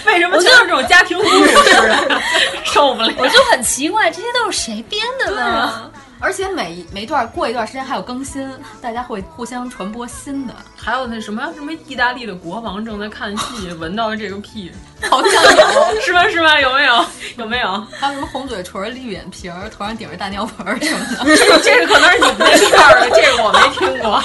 Speaker 9: 为什么就是这种家庭故事？啊 受不了！
Speaker 6: 我就很奇怪，这些都是谁编的呢？
Speaker 8: 而且每每一段过一段时间还有更新，大家会互相传播新的。
Speaker 9: 还有那什么什么意大利的国王正在看 戏，闻到了这个屁，
Speaker 8: 好像有，
Speaker 9: 是吧？是吧？有没有？有没有？
Speaker 8: 还有什么红嘴唇、绿眼皮儿、头上顶着大尿盆儿什么
Speaker 9: 的？这这个可能是你们那片儿的，这个我没听过。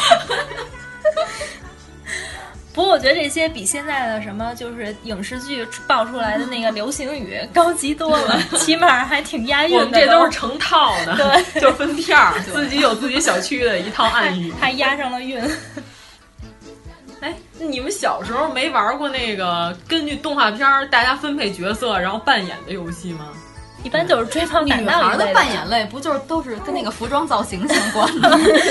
Speaker 6: 不过我觉得这些比现在的什么就是影视剧爆出来的那个流行语高级多了，起码还挺押韵的。
Speaker 9: 我 们这都是成套的，
Speaker 6: 对，
Speaker 9: 就是分片儿，自己有自己小区的一套暗语，
Speaker 6: 还押上了韵。
Speaker 9: 哎，你们小时候没玩过那个根据动画片儿大家分配角色然后扮演的游戏吗？
Speaker 6: 一般都是追胖
Speaker 8: 女孩
Speaker 6: 的
Speaker 8: 扮演类，不就是都是跟那个服装造型相关的？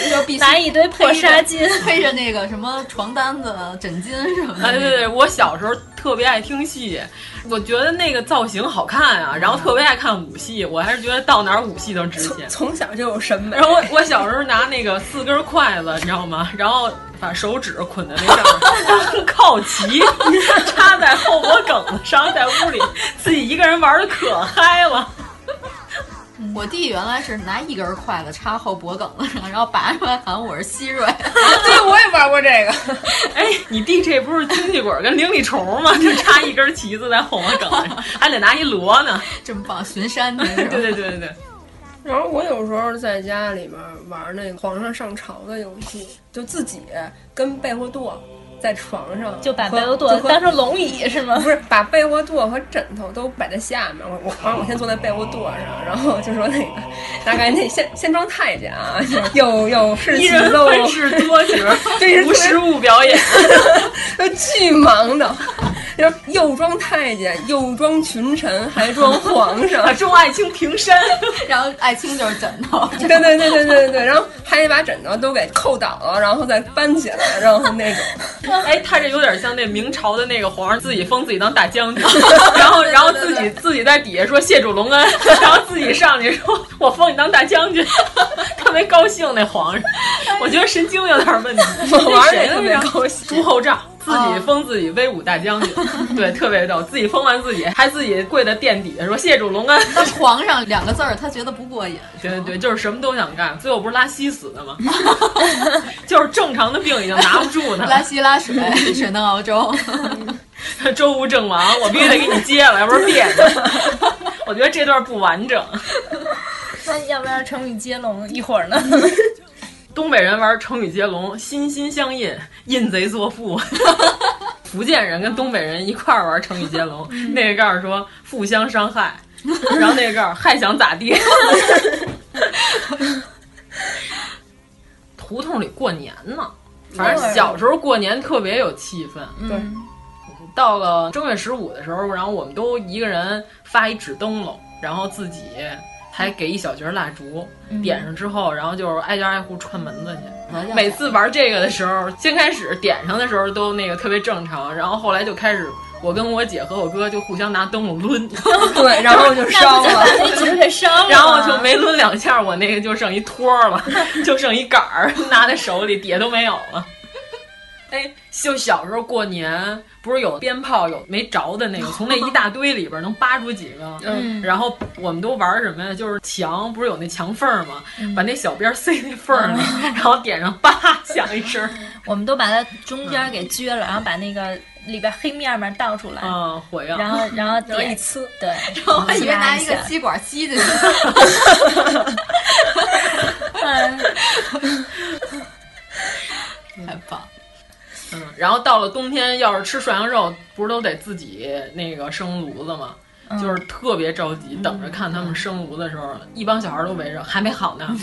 Speaker 8: 就必须
Speaker 6: 拿一堆破纱巾，
Speaker 8: 配着那个什么床单子、枕巾什么的。
Speaker 9: 哎，对对，我小时候特别爱听戏，我觉得那个造型好看啊，然后特别爱看武戏，我还是觉得到哪儿武戏都值钱。
Speaker 7: 从小就有审美。
Speaker 9: 然后我我小时候拿那个四根筷子，你知道吗？然后把手指捆在那上面， 靠齐，插在后脖梗子上，在屋里自己一个人玩的可嗨了。
Speaker 8: 我弟原来是拿一根筷子插后脖梗子上，然后拔出来喊我是希瑞。
Speaker 7: 对，我也玩过这个。
Speaker 9: 哎，你弟这不是经济鬼跟灵力虫吗？就插一根旗子在后脖梗上，还得拿一锣呢，
Speaker 8: 真棒！巡山去。
Speaker 9: 对对对对对。
Speaker 7: 然后我有时候在家里面玩那个皇上上朝的游戏，就自己跟被窝垛在床上，
Speaker 6: 就把被窝垛当成龙椅是吗？
Speaker 7: 不是，把被窝垛和枕头都摆在下面。我我反正我先坐在被窝垛上，然后就说那个大概那先先装太监啊，有有是
Speaker 9: 一人分饰多角，
Speaker 7: 这是
Speaker 9: 无实物 表演，
Speaker 7: 巨忙的。就是又装太监，又装群臣，还装皇 上，
Speaker 9: 装爱卿平身，
Speaker 8: 然后爱卿就是枕头，
Speaker 7: 对对对对对对，然后还得把枕头都给扣倒了，然后再搬起来，然后那种。
Speaker 9: 哎，他这有点像那明朝的那个皇上自己封自己当大将军，然 后然后自己自己在底下说谢主隆恩，然后自己上去说我封你当大将军， 特别高兴那皇上， 我觉得神经有点问题。
Speaker 7: 我哎 玩的特别高兴，啊
Speaker 9: 朱厚照。自己封自己威武大将军，对，特别逗。自己封完自己，还自己跪在殿底下说谢主隆恩。
Speaker 8: 但皇上两个字儿，他觉得不过瘾。
Speaker 9: 对对对，就是什么都想干。最后不是拉稀死的吗？ 就是正常的病已经拿不住他，
Speaker 8: 拉稀拉水，水能熬粥。
Speaker 9: 周吴郑王，我必须得给你接了，要不然别扭。我觉得这段不完整。
Speaker 6: 那哎要不然成语接龙一会儿呢？
Speaker 9: 东北人玩成语接龙，心心相印，印贼作父。 福建人跟东北人一块儿玩成语接龙，那个盖儿说互相伤害，然后那个盖儿还想咋地？ 胡同里过年呢，反正小时候过年特别有气氛。
Speaker 7: 对。
Speaker 6: 嗯
Speaker 9: 到了正月十五的时候，然后我们都一个人发一纸灯笼，然后自己还给一小节蜡烛，嗯、点上之后，然后就是挨家挨户串门子去。嗯、每次玩这个的时候，先开始点上的时候都那个特别正常，然后后来就开始我跟我姐和我哥就互相拿灯笼抡，
Speaker 7: 对，然后就烧了，
Speaker 6: 就给烧了，
Speaker 9: 然后就没抡两下，我那个就剩一托了，就剩一杆儿 拿在手里，底下都没有了。哎，就小时候过年，不是有鞭炮有没着的那个，从那一大堆里边能扒出几个。
Speaker 6: 嗯，
Speaker 9: 然后我们都玩什么呀？就是墙，不是有那墙缝吗？嗯、把那小鞭塞那缝里，嗯、然后点上叭响一声。
Speaker 6: 我们都把它中间给撅了，嗯、然后把那个里边黑面面倒出来。
Speaker 7: 哦
Speaker 9: 嗯，火药。
Speaker 6: 然后，然后点
Speaker 7: 一呲，
Speaker 6: 对。
Speaker 8: 然后 还以为拿一个吸管 吸进去。
Speaker 6: 嗯。
Speaker 9: 嗯然后到了冬天，要是吃涮羊肉，不是都得自己那个生炉子吗？
Speaker 7: 嗯
Speaker 9: 就是特别着急，等着看他们生炉的时候，一帮小孩都围着，还没好呢，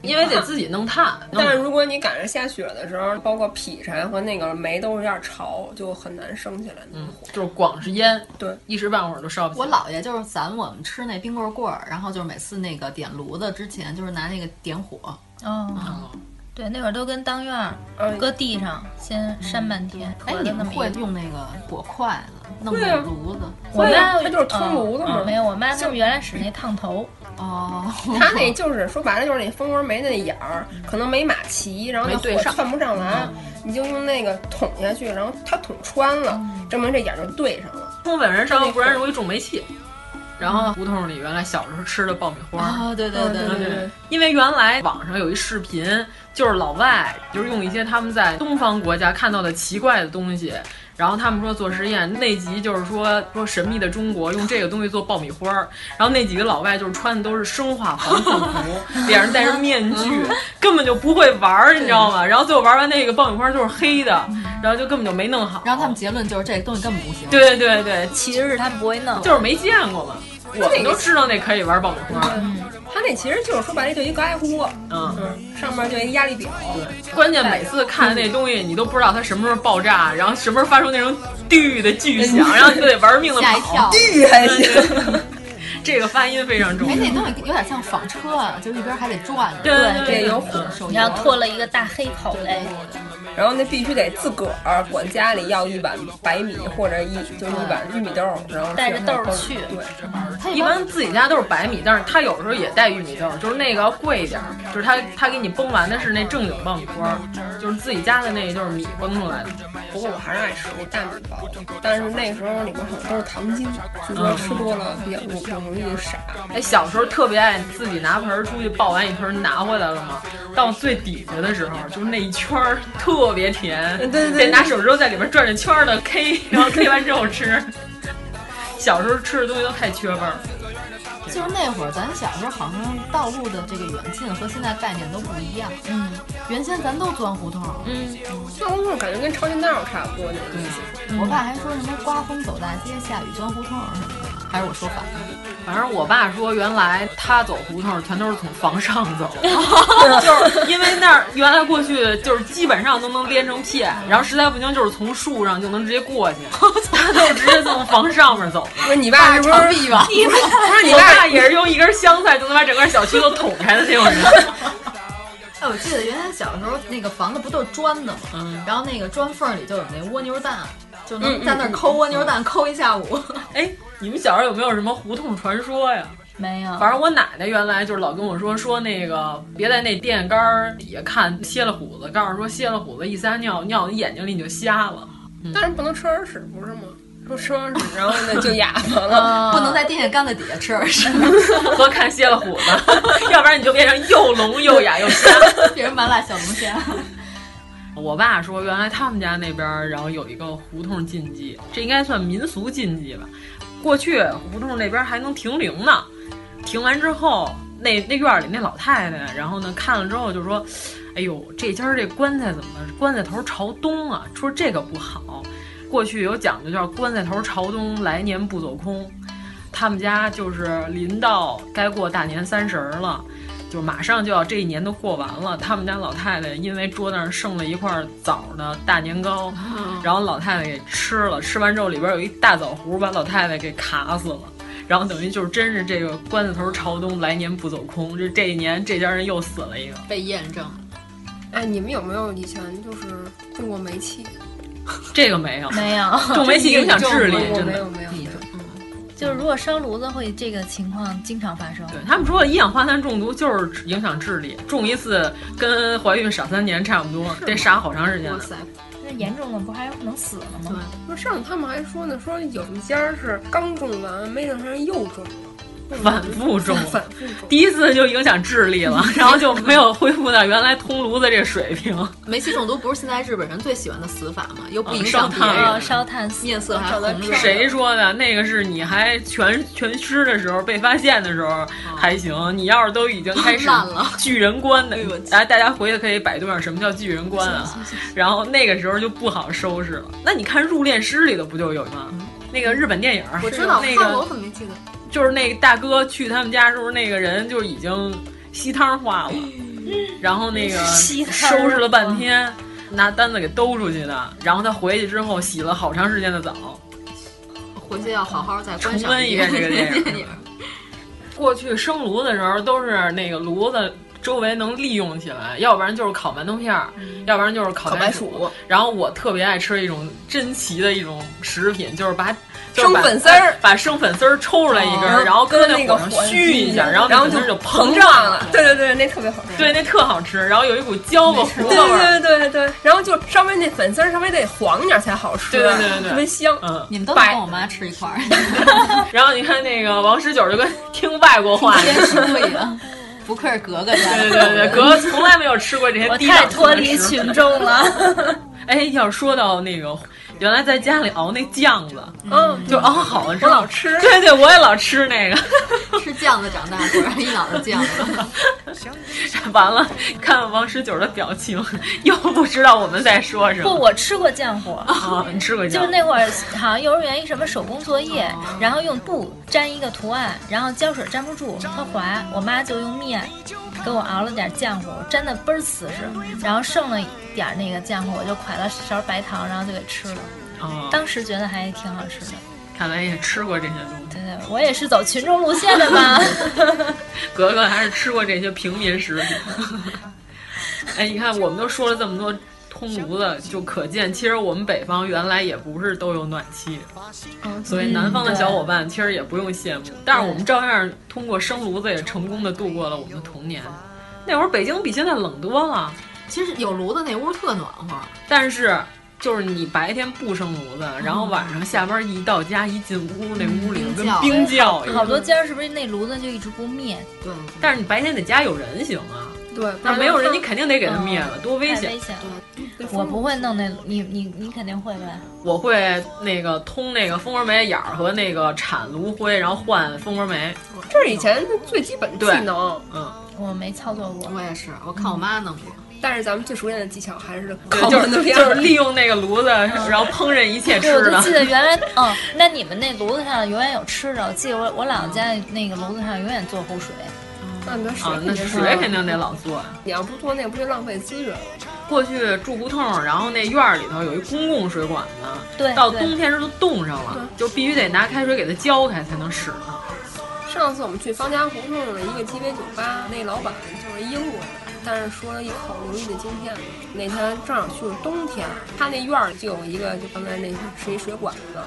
Speaker 9: 因为得自己弄炭。
Speaker 7: 嗯但是如果你赶上下雪的时候，包括劈柴和那个煤都有点潮，就很难升起来那
Speaker 9: 火，就是光是烟，
Speaker 7: 对，
Speaker 9: 一时半会儿都烧不。
Speaker 8: 我姥爷就是咱我们吃那冰棍棍儿，然后就是每次那个点炉子之前，就是拿那个点火。
Speaker 6: 哦，对，那会儿都跟当院儿，
Speaker 7: 呃
Speaker 6: 搁地上先
Speaker 7: 嗯
Speaker 6: 扇半天。
Speaker 8: 哎，你们会用那个火筷子？弄
Speaker 7: 那
Speaker 8: 炉子，
Speaker 7: 我妈啊她就是通炉子嘛。
Speaker 6: 嗯没有，我妈就是原来使那烫头。
Speaker 8: 哦，
Speaker 7: 她那就是说白了就是那蜂窝煤的那眼儿，
Speaker 9: 嗯
Speaker 7: 可能没码齐，然后那火窜不上来，你就用那个捅下去，然后它捅穿了，嗯证明这眼就对上了。
Speaker 9: 冲本燃烧，不然容易中煤气。然后胡同里原来小时候吃的爆米花
Speaker 8: 啊， 对对
Speaker 7: 对对对，
Speaker 9: 因为原来网上有一视频，就是老外就是用一些他们在东方国家看到的奇怪的东西。然后他们说做实验，那集就是说说神秘的中国用这个东西做爆米花儿，然后那几个老外就是穿的都是生化防护服，脸上戴着面具， 根本就不会玩儿，你知道吗？然后最后玩完那个爆米花就是黑的，然后就根本就没弄好。
Speaker 8: 然后他们结论就是这个东西根本不行。
Speaker 9: 对对对，
Speaker 6: 其实是他们不会弄，
Speaker 9: 就是没见过嘛。我们都知道那可以玩爆米花，
Speaker 7: 它嗯那其实就是说白了就一高压锅，
Speaker 9: 嗯，
Speaker 7: 上面就一压力表。
Speaker 9: 对，关键每次看那东西，你都不知道它什么时候爆炸，然后什么时候发出那种“滴”的巨响，
Speaker 7: 嗯
Speaker 9: 然后你就得玩命的跑。
Speaker 7: 滴还行，
Speaker 9: 这个发音非常重要。
Speaker 8: 哎，那东西有点像纺车啊，就是一边还得转。
Speaker 9: 对
Speaker 7: 对对，有火，
Speaker 6: 你要拓了一个大黑口哎嘞。
Speaker 7: 然后那必须得自个儿管家里要一碗白米或者一就是一碗玉米豆，然后
Speaker 6: 带着豆去。
Speaker 7: 对，
Speaker 9: 他一般自己家都是白米，但是他有时候也带玉米豆，就是那个要贵一点，就是他他给你崩完的是那正经爆米花，就是自己家的那就是米崩出来的。
Speaker 7: 不过我还是爱吃那大米包，但是那时候里边好像都是糖精，就说吃多了比较容易傻。
Speaker 9: 嗯哎，小时候特别爱自己拿盆出去抱完一盆拿回来了嘛，到最底下的时候，就是那一圈儿特别甜，
Speaker 7: 嗯对对对，
Speaker 9: 得拿手指头在里边转着圈儿的 K，然后 K 完之后吃。 小时候吃的东西都太缺味儿，
Speaker 8: 就是那会儿，咱小时候好像道路的这个远近和现在概念都不一样。
Speaker 6: 嗯，
Speaker 8: 原先咱都钻胡同，
Speaker 9: 嗯，
Speaker 7: 钻胡同感觉跟抄近道差不多那
Speaker 8: 种意
Speaker 7: 嗯
Speaker 8: 思。我爸还说什么刮风走大街，下雨钻胡同什么的，还是我说反了。
Speaker 9: 反正我爸说，原来他走胡同全都是从房上走， 就是因为那儿原来过去就是基本上都能连成片，然后实在不行就是从树上就能直接过去，他就直接从房上面走。
Speaker 7: 不是你爸是不是？
Speaker 8: 你爸
Speaker 9: 不是你爸也是用一根香菜就能把整个小区都捅开的那种人。
Speaker 8: 哎，我记得原来小时候那个房子不都是砖的嘛，
Speaker 9: 嗯、
Speaker 8: 然后那个砖缝里就有那蜗牛蛋，
Speaker 7: 嗯
Speaker 8: 就能在那抠蜗牛蛋抠一下午。
Speaker 9: 哎，你们小时候有没有什么胡同传说呀？
Speaker 6: 没有，
Speaker 9: 反正我奶奶原来就是老跟我说说那个别在那电线杆底下看歇了虎子，告诉说歇了虎子一撒尿尿你眼睛里你就瞎了， 嗯、
Speaker 7: 但是不能吃耳屎，不是吗？说吃耳屎，然后呢就哑巴了，
Speaker 8: 不
Speaker 6: 嗯
Speaker 8: 能在电线杆子底下吃耳屎
Speaker 9: 和看歇了虎子， 要不然你就变成又聋又哑又瞎，
Speaker 8: 变成麻辣小龙虾。
Speaker 9: 我爸说，原来他们家那边然后有一个胡同禁忌，这应该算民俗禁忌吧。过去胡同那边还能停灵呢。停完之后，那那院里那老太太，然后呢看了之后就说：“哎呦，这家这棺材怎么棺材头朝东啊？说这个不好。过去有讲究叫棺材头朝东，来年不走空。他们家就是临到该过大年三十了，就马上就要这一年都过完了。他们家老太太因为桌子上剩了一块枣的大年糕，然后老太太给吃了，吃完之后里边有一大枣核，把老太太给卡死了。”然后等于就是真是这个棺材头朝东，来年不走空。这这一年这家人又死了一个，
Speaker 8: 被验证了。
Speaker 7: 嗯哎，你们有没有以前就是中过煤气？
Speaker 9: 这 个没 有，
Speaker 6: 没有
Speaker 9: 中煤气影响智力，
Speaker 7: 真的
Speaker 9: 没
Speaker 7: 有没有。没有
Speaker 6: 就是如果烧炉子会这个情况经常发生。
Speaker 9: 对他们说一氧化碳中毒就是影响智力，中一次跟怀孕傻三年差不多，得傻好长时间。
Speaker 8: 哇塞！
Speaker 6: 那严重了不还能死了吗？
Speaker 7: 不是上次他们还说呢，说有一家是刚种完没等上又种了。
Speaker 9: 反复中，
Speaker 7: 反复中，
Speaker 9: 第一次就影响智力了，然后就没有恢复到原来通炉的这个水平。
Speaker 8: 煤气中毒不是现在日本人最喜欢的死法吗？又不影
Speaker 9: 响
Speaker 8: 别人，
Speaker 6: 烧炭
Speaker 8: 面色还红润。
Speaker 9: 谁说的？那个是你还全全尸的时候被发现的时候还行，你要是都已经开始巨人观的，来大家回去可以百度上什么叫巨人观啊，然后那个时候就不好收拾了。那你看《入殓师》里头不就有吗？那个日本电影，
Speaker 8: 我知道，
Speaker 9: 那个
Speaker 8: 我怎么没记得？
Speaker 9: 就是那个大哥去他们家时候，那个人就已经吸汤化了，然后那个收拾了半天，拿单子给兜出去的。然后他回去之后洗了好长时间的澡，
Speaker 8: 回去要好好再
Speaker 9: 重温一遍这 个电影。过去生炉的时候都是那个炉子周围能利用起来，要不然就是烤馒头片儿，要不然就是
Speaker 7: 烤
Speaker 9: 白
Speaker 7: 薯。
Speaker 9: 然后我特别爱吃一种珍奇的一种食品，就是把。哎
Speaker 7: 生粉丝儿，
Speaker 9: 把生粉丝儿抽出来
Speaker 8: 嗯
Speaker 9: 一根，
Speaker 8: 哦
Speaker 9: 然后搁
Speaker 7: 那个嗯
Speaker 9: 火续一下，然后
Speaker 7: 然后
Speaker 9: 就
Speaker 7: 膨
Speaker 9: 胀
Speaker 7: 了。对对对，那特别好吃。
Speaker 9: 对，那特好吃，然后有一股焦
Speaker 7: 糊
Speaker 9: 糊
Speaker 7: 味 儿。对对对对，然后就稍微那粉丝儿稍微得黄点才好吃。
Speaker 9: 对对对对，
Speaker 7: 特别香。
Speaker 9: 嗯，
Speaker 8: 你们都跟我妈吃一块儿。
Speaker 9: 然后你看那个王十九就跟听外国话
Speaker 8: 一样。不愧是格格家，
Speaker 9: 对对对，格格从来没有吃过这些。
Speaker 6: 我太脱离群众了。
Speaker 9: 哎，要说到那个，原来在家里熬那酱子，
Speaker 7: 嗯，
Speaker 9: 就熬好了之
Speaker 7: 后，我老吃。
Speaker 9: 对对，我也老吃那个，
Speaker 8: 吃酱子长大，果然一脑袋酱
Speaker 9: 子。 完了，看王十九的表情， 又不知道我们在说什么。
Speaker 6: 不，我吃过浆糊
Speaker 9: 啊，你吃过浆？
Speaker 6: 就是那会儿好像幼儿园一什么手工作业，
Speaker 8: 哦
Speaker 6: 然后用布粘一个图案，然后胶水粘不住，它滑，我妈就用面。给我熬了点浆糊，粘的倍儿瓷实，然后剩了点那个浆糊，我就㧟了勺白糖，然后就给吃了。
Speaker 9: 哦，
Speaker 6: 当时觉得还挺好吃的。
Speaker 9: 看来也吃过这些东西。
Speaker 6: 对对，我也是走群众路线 的嘛。
Speaker 9: 格格还是吃过这些平民食品。 哎，你看，我们都说了这么多通炉子，就可见其实我们北方原来也不是都有暖气，
Speaker 6: 嗯、
Speaker 9: 所以南方的小伙伴其实也不用羡慕。但是我们照样通过生炉子也成功的度过了我们的童年。那会儿北京比现在冷多了，
Speaker 8: 其实有炉子那屋特暖和，
Speaker 9: 但是。就是你白天不生炉子，
Speaker 7: 嗯
Speaker 9: 然后晚上下班一到家一进屋，那屋里
Speaker 7: 嗯
Speaker 9: 跟冰窖一样。
Speaker 6: 好多家是不是那炉子就一直不灭？
Speaker 8: 对。
Speaker 9: 但是你白天得家有人行啊。
Speaker 7: 对。嗯
Speaker 9: 那没有人，你肯定得给它灭了，多危
Speaker 6: 险！危
Speaker 9: 险。
Speaker 6: 我不会弄那，你你你肯定会吧？
Speaker 9: 我会那个通那个蜂窝煤眼儿和那个铲炉灰，然后换蜂窝煤。
Speaker 7: 这是以前最基本技能。
Speaker 9: 嗯。
Speaker 6: 我没操作过。
Speaker 8: 我也是，我看我妈弄过。
Speaker 7: 但是咱们最熟练的技巧还是
Speaker 9: 烤就是就是利用那个炉子，然后烹饪一切吃
Speaker 6: 的。我就记得原来，嗯，那你们那炉子上永远有吃的。我记得我我姥姥家那个炉子上永远做壶水。
Speaker 7: 那你的水，
Speaker 9: 啊那水肯定得老做。啊
Speaker 7: 你要不做那个，不就浪费资源？
Speaker 9: 过去住胡同，然后那院儿里头有一公共水管子，
Speaker 6: 对，
Speaker 9: 到冬天时都冻上了，就必须得拿开水给它浇开才能使呢。
Speaker 7: 上次我们去方家胡同的一个鸡尾酒吧，那老板就是英国人。但是说了一口流利的京片子。那天正好去冬天，他那院儿就有一个，就刚才那是一水管子。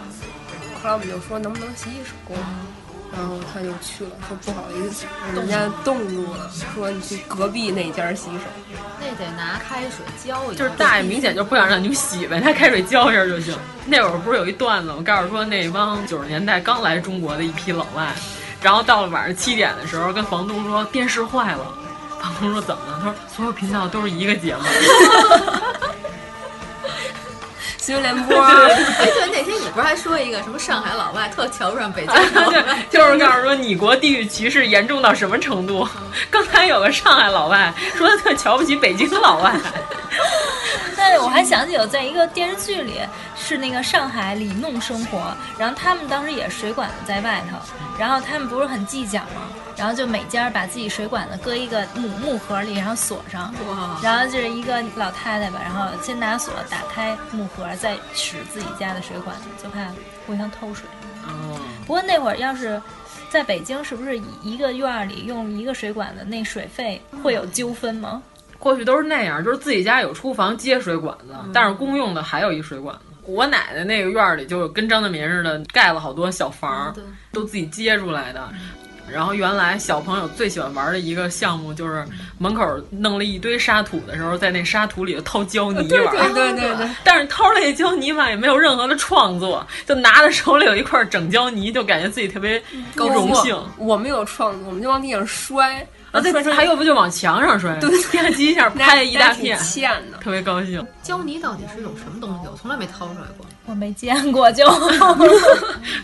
Speaker 7: 后来我们就说能不能洗洗手，然后他就去了，说不好意思，人家冻住了，说你去隔壁那家洗手。
Speaker 8: 那得拿开水浇一
Speaker 9: 下。就是大爷明显就不想让你们洗呗，拿开水浇一下就行。那会儿不是有一段子，我告诉说那帮九十年代刚来中国的一批老外，然后到了晚上七点的时候，跟房东说电视坏了。房东说怎么了？他说所有频道都是一个节目，
Speaker 7: 新闻联播。
Speaker 8: 哎，对，那天你不是还说一个什么上海老外特瞧不上北京？
Speaker 9: 对， 就是告诉说你国地域歧视严重到什么程度。
Speaker 7: 嗯
Speaker 9: 刚才有个上海老外说他特瞧不起北京老外。
Speaker 6: 对，我还想起有在一个电视剧里是那个上海里弄生活，然后他们当时也水管子在外头，然后他们不是很计较吗？然后就每家把自己水管子搁一个木木盒里，然后锁上。然后就是一个老太太吧，然后先拿锁打开木盒，再使自己家的水管子，就怕互相偷水。
Speaker 9: 哦。
Speaker 7: 嗯
Speaker 6: 不过那会儿要是在北京，是不是一个院儿里用一个水管子，那水费会有纠纷吗？
Speaker 9: 过去都是那样，就是自己家有厨房接水管子，
Speaker 7: 嗯
Speaker 9: 但是公用的还有一水管子。我奶奶
Speaker 7: 嗯
Speaker 9: 那个院儿里就跟张德民似的，盖了好多小房，都自己接出来的。然后原来小朋友最喜欢玩的一个项目
Speaker 7: 嗯
Speaker 9: 就是门口弄了一堆沙土的时候，在那沙土里头掏胶泥玩。
Speaker 7: 呃对对对 对。
Speaker 9: 但是掏了那胶泥吧，也没有任何的创作，就拿在手里有一块整胶泥，就感觉自己特别荣幸。
Speaker 7: 我们有创作，我们就往地上摔。
Speaker 9: 啊，对，还有不就往墙上摔，
Speaker 7: 对，
Speaker 9: 吧唧一下拍一大片，特别高兴。
Speaker 8: 胶泥到底是种什么东西？我从来没掏出来过，
Speaker 6: 我没见过就。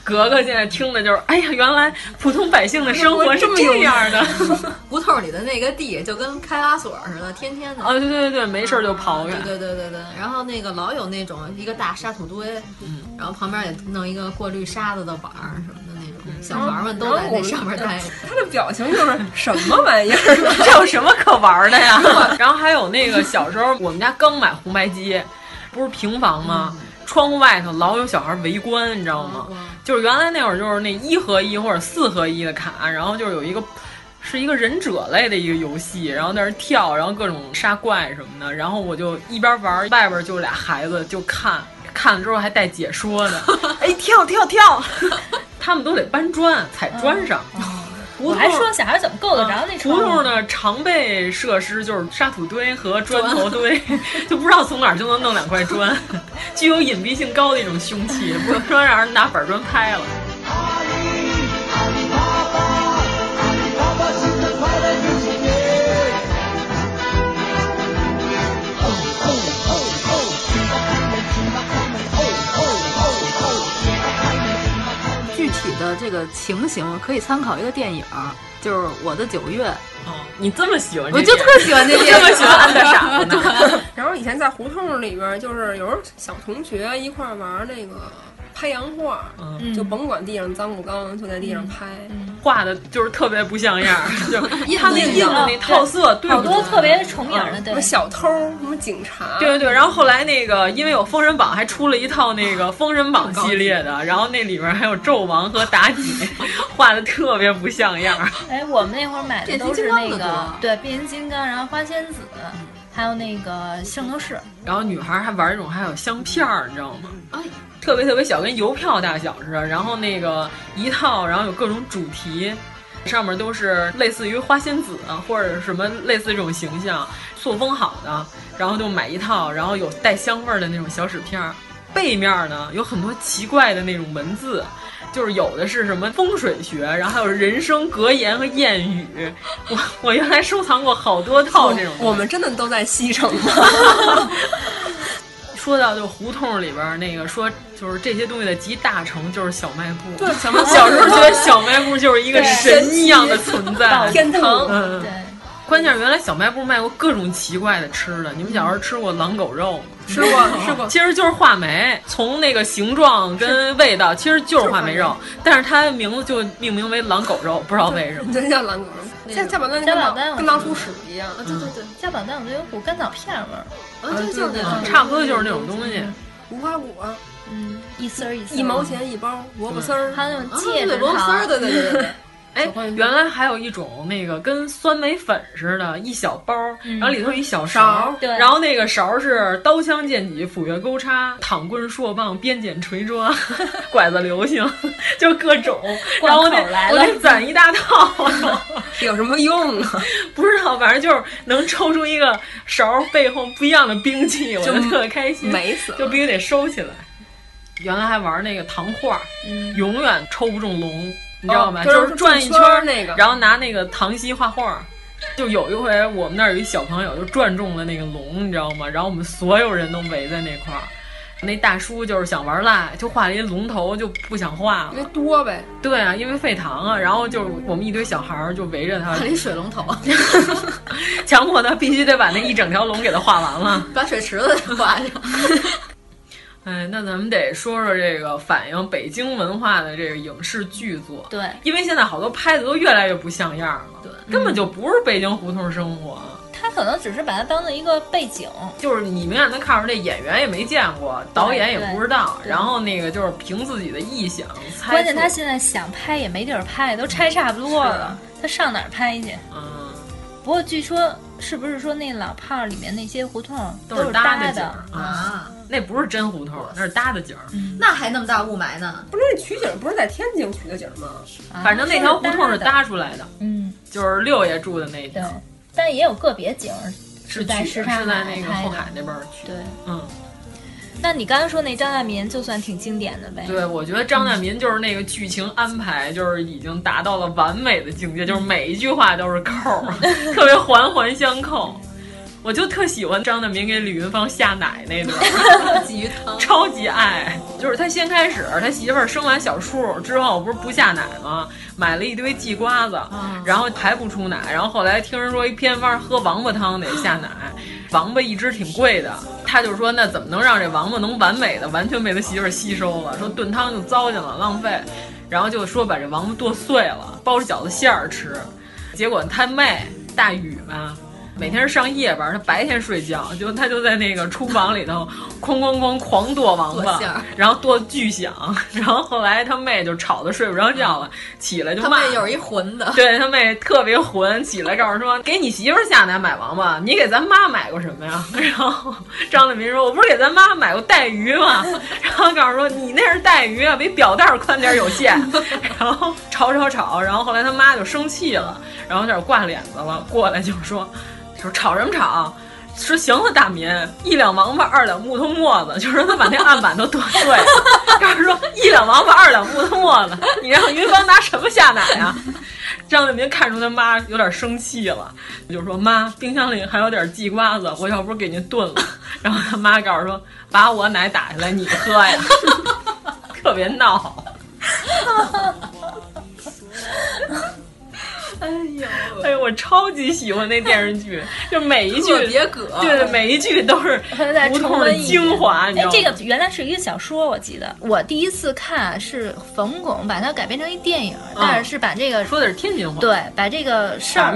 Speaker 9: 格格现在听的就是，哎呀，原来普通百姓的生活是这样的。
Speaker 8: 胡同里的那个地就跟开发所似的，天天的。
Speaker 9: 啊，对对对，没事就刨
Speaker 8: 去。对对对对对，然后那个老有那种一个大沙土堆，然后旁边也弄一个过滤沙子的板儿什么的。小孩们都在那上面待着，
Speaker 7: 他的表情就是什么玩意儿？
Speaker 9: 这有什么可玩的呀？然后还有那个小时候，我们家刚买红白机，不是平房吗？窗户外头老有小孩围观，你知道吗？就是原来那会儿就是那一合一或者四合一的卡，然后就是有一个。是一个忍者类的一个游戏，然后在那跳，然后各种杀怪什么的，然后我就一边玩，外边就俩孩子就看，看了之后还带解说 的，哎，跳跳跳， 他们都得搬砖踩砖上。嗯嗯
Speaker 6: 我还说小孩怎么够得着那
Speaker 9: 胡同的常备设施就是沙土堆和砖头堆， 就不知道从哪儿就能弄两块砖， 具有隐蔽性高的一种凶器，不能说让人拿板砖拍了。
Speaker 8: 具体的这个情形可以参考一个电影，就是《我的九月》。
Speaker 9: 哦，你这么喜欢？
Speaker 8: 我就特喜欢那电影，啊
Speaker 9: 这么喜欢安德傻
Speaker 7: 子。然后以前在胡同里边，就是有时候小同学一块玩那个拍洋画，就甭管地上脏不脏，就在地上拍，
Speaker 9: 画的就是特别不像样， 就他那印的那套色，
Speaker 6: 好多特别重影的，
Speaker 9: 啊
Speaker 6: 对，什
Speaker 7: 么小偷，什么警察，
Speaker 9: 对对对。然后后来那个，因为有《封神榜》，还出了一套那个《封神榜》系列的，然后那里面还有纣王和妲己， 画的特别不像样。
Speaker 6: 哎，我们那会儿买的都是那个，
Speaker 9: 啊
Speaker 6: 对，变形金刚，然后花仙子。
Speaker 9: 嗯
Speaker 6: 还有那个圣斗士，
Speaker 9: 然后女孩还玩一种，还有香片儿，你知道吗？哎，特别特别小，跟邮票大小似的。然后那个一套，然后有各种主题，上面都是类似于花仙子啊，或者什么类似这种形象，塑封好的，然后就买一套，然后有带香味儿的那种小纸片儿。背面呢有很多奇怪的那种文字，就是有的是什么风水学，然后还有人生格言和谚语。我我原来收藏过好多套这种。
Speaker 7: 我们真的都在西城 吗？
Speaker 9: 说到就胡同里边那个说，就是这些东西的集大成就是小卖部。
Speaker 7: 对，
Speaker 9: 小 小时候觉得小卖部就是一个神一样的存在，
Speaker 7: 天堂。
Speaker 9: 嗯，
Speaker 6: 对。
Speaker 9: 关键是原来小卖部卖过各种奇怪的吃的，你们小时候吃过狼狗肉吗？
Speaker 7: 吃 过，吃过。
Speaker 9: 其实就是话梅，从那个形状跟味道，其实就是话梅肉，但是它名字就命名为狼狗肉，不知道为什么。
Speaker 7: 对，叫狼狗肉。加加宝蛋，
Speaker 6: 加宝蛋
Speaker 7: 跟狼鼠屎一样。
Speaker 8: 啊对对对，
Speaker 6: 加宝蛋我觉得有股干枣片味儿。
Speaker 8: 啊，对对对，
Speaker 9: 嗯差不多就是那种东西。
Speaker 7: 无花果，
Speaker 8: 啊
Speaker 6: 嗯，一丝儿一丝，
Speaker 7: 一毛钱一包，萝卜丝儿，
Speaker 6: 还有
Speaker 8: 嗯
Speaker 9: 啊
Speaker 6: 那种戒指
Speaker 8: 萝卜丝儿的，对对对。
Speaker 9: 哎，原来还有一种那个跟酸梅粉似的，一小包，嗯、然后里头有一小
Speaker 7: 勺，
Speaker 6: 对，
Speaker 9: 然后那个勺是刀枪剑戟斧钺钩叉躺棍槊棒鞭锏锤抓， 拐子流星，就各种，然后我得我得攒一大套，
Speaker 7: 有什么用啊？
Speaker 9: 不知道，反正就是能抽出一个勺背后不一样的兵器，我就特开心，
Speaker 7: 美死了，
Speaker 9: 就必须得收起来。原来还玩那个糖画，
Speaker 6: 嗯、
Speaker 9: 永远抽不中龙。你知道吗？
Speaker 7: 哦就是
Speaker 9: 转一
Speaker 7: 圈
Speaker 9: 儿
Speaker 7: 那个，
Speaker 9: 然后拿那个糖稀画画。就有一回，我们那儿有一小朋友就转中了那个龙，你知道吗？然后我们所有人都围在那块儿。那大叔就是想玩赖，就画了一龙头，就不想画了，
Speaker 7: 因为多呗。
Speaker 9: 对啊，因为费糖啊。然后就是我们一堆小孩儿就围着他，
Speaker 8: 画一水龙头，
Speaker 9: 强迫他必须得把那一整条龙给他画完了，
Speaker 8: 把水池子画上。
Speaker 9: 哎，那咱们得说说这个反映北京文化的这个影视剧作。
Speaker 6: 对，
Speaker 9: 因为现在好多拍的都越来越不像样了，
Speaker 8: 对，
Speaker 9: 根本就不是北京胡同生活。
Speaker 6: 他可能只是把它当做一个背景，
Speaker 9: 就是你明眼的看出这演员也没见过，导演也不知道，然后那个就是凭自己的臆想猜。
Speaker 6: 关键他现在想拍
Speaker 9: 啊
Speaker 6: 也没地儿拍，都拆差不多了，他上哪儿拍去？
Speaker 9: 嗯。
Speaker 6: 不过据说是不是说那老炮儿里面那些胡同
Speaker 9: 都
Speaker 6: 是
Speaker 9: 搭
Speaker 6: 的嗯
Speaker 9: 景啊？那不是真胡同，那是搭的景。
Speaker 8: 那还那么大雾霾呢？
Speaker 7: 不是那取景不是在天津取的景吗？
Speaker 6: 啊
Speaker 9: 反正那条胡同是搭出来
Speaker 6: 的。嗯，
Speaker 9: 就是六爷住的那一条。
Speaker 6: 但也有个别景
Speaker 9: 是
Speaker 6: 在什刹
Speaker 9: 海那个后海那边去。
Speaker 6: 对，
Speaker 9: 嗯。
Speaker 6: 那你刚才说那张大民就算挺经典的 呗？
Speaker 9: 对，我觉得张大民就是那个剧情安排，就是已经达到了完美的境界，就是每一句话都是扣，特别环环相扣。我就特喜欢张大民给李云芳下奶那段，
Speaker 8: 鲫鱼汤，
Speaker 9: 超级爱。就是他先开始，他媳妇儿生完小树之后，不是不下奶吗？买了一堆地瓜子，然后还不出奶，然后后来听人说一偏方喝王八汤得下奶。王八一只挺贵的，他就说那怎么能让这王八能完美的完全被他媳妇儿吸收了？说炖汤就糟践了，浪费。然后就说把这王八剁碎了，包着饺子馅儿吃。结果他妹大雨吧，每天是上夜班，他白天睡觉，就他就在那个厨房里头哐哐哐狂剁王八，然后剁巨响。然后后来他妹就吵得睡不着觉了，起来就骂。
Speaker 8: 他妹有一混 的，
Speaker 9: 对他妹特别混，起来告诉说：“给你媳妇下奶买王八，你给咱妈买过什么呀？” 然后张大民说：“我不是给咱妈买过带鱼吗？” 然后告诉说：“你那是带鱼啊，比表带宽点有限。” 然后吵吵吵，然后后来他妈就生气了，然后有点挂脸子了，过来就说：“说吵什么吵？”说行了，大民一两王八，二两木头沫子， 就让他把那案板都剁碎了。告诉说一两王八，二两木头沫子，你让云芳拿什么下奶啊？ 张大民看出他妈有点生气了，就说妈，冰箱里还有点地瓜子，我要不给您炖了。 然后他妈告诉说，把我奶打下来你喝呀， 特别闹。
Speaker 8: 哎呦，
Speaker 9: 哎，我超级喜欢那电视剧，就每一句
Speaker 8: 别葛，
Speaker 9: 对
Speaker 6: 嗯
Speaker 9: 对，每一句都是胡同的精华。
Speaker 6: 哎，这个原来是一个小说，我记得我第一次看是冯巩把它改编成一电影，嗯、但是是把这个
Speaker 9: 说的是天津话，
Speaker 6: 对，把这个事儿、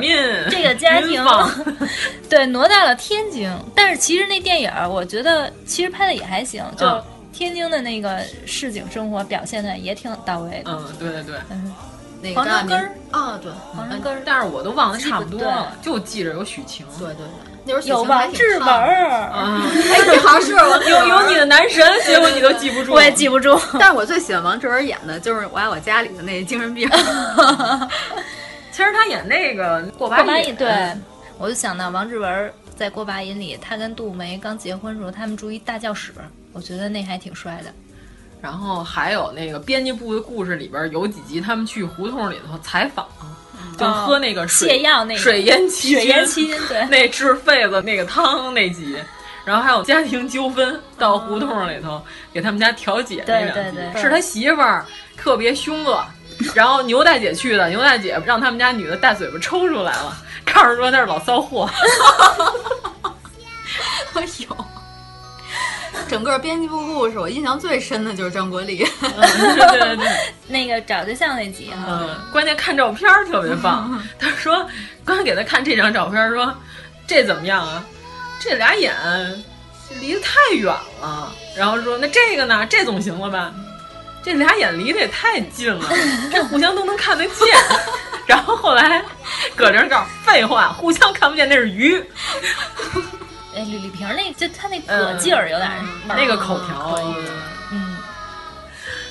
Speaker 6: 这 个家庭， 对挪到了天津。但是其实那电影我觉得其实拍的也还行，就天津的那个市井生活表现的也挺到位的。
Speaker 9: 嗯，对对对。
Speaker 6: 嗯
Speaker 8: 那个
Speaker 6: 黄城根儿
Speaker 8: 啊，对黄城根儿，
Speaker 9: 但是我都忘得差不多了，就记着有许晴，
Speaker 8: 对对对，那会儿
Speaker 6: 有王志文
Speaker 8: 啊，哎，这好像是
Speaker 9: 有有你的男神，结果你都记不住，
Speaker 6: 我也记不住。
Speaker 8: 但是我最喜欢王志文演的就是《我爱我家里的那精神 病》，哎
Speaker 9: 其实他演那个
Speaker 6: 过
Speaker 9: 把
Speaker 6: 瘾，对我就想到王志文在《过把瘾》里，他跟杜梅刚结婚时候，他们住一大教室，我觉得那还挺帅的。
Speaker 9: 然后还有那个编辑部的故事里边有几集，他们去胡同里头采访，就喝那个
Speaker 6: 嗯哦泻药那
Speaker 9: 水淹七
Speaker 6: 水淹七斤，对，
Speaker 9: 那治痱子那个汤那集，然后还有家庭纠纷到胡同里头给他们家调解那两集，是他媳妇儿特别凶恶，然后牛大姐去的，牛大姐让他们家女的大嘴巴抽出来了，告诉说那是老骚货，
Speaker 8: 哎呦。整个编辑部故事，我印象最深的就是张国立，
Speaker 9: 对对对，
Speaker 6: 那个找对象那集啊，
Speaker 9: 嗯，关键看照片特别 棒。他说，刚给他看这张照片，说这怎么样啊？这俩眼离得太远了。然后说那这个呢？这总行了吧？这俩眼离得也太 近了，这互相都能看得见。然后后来搁这告废话，互相看不见那是鱼。
Speaker 6: 哎，吕丽萍那就她那葛劲儿有点儿、
Speaker 9: 嗯，那个口
Speaker 8: 啊
Speaker 9: 条，
Speaker 6: 嗯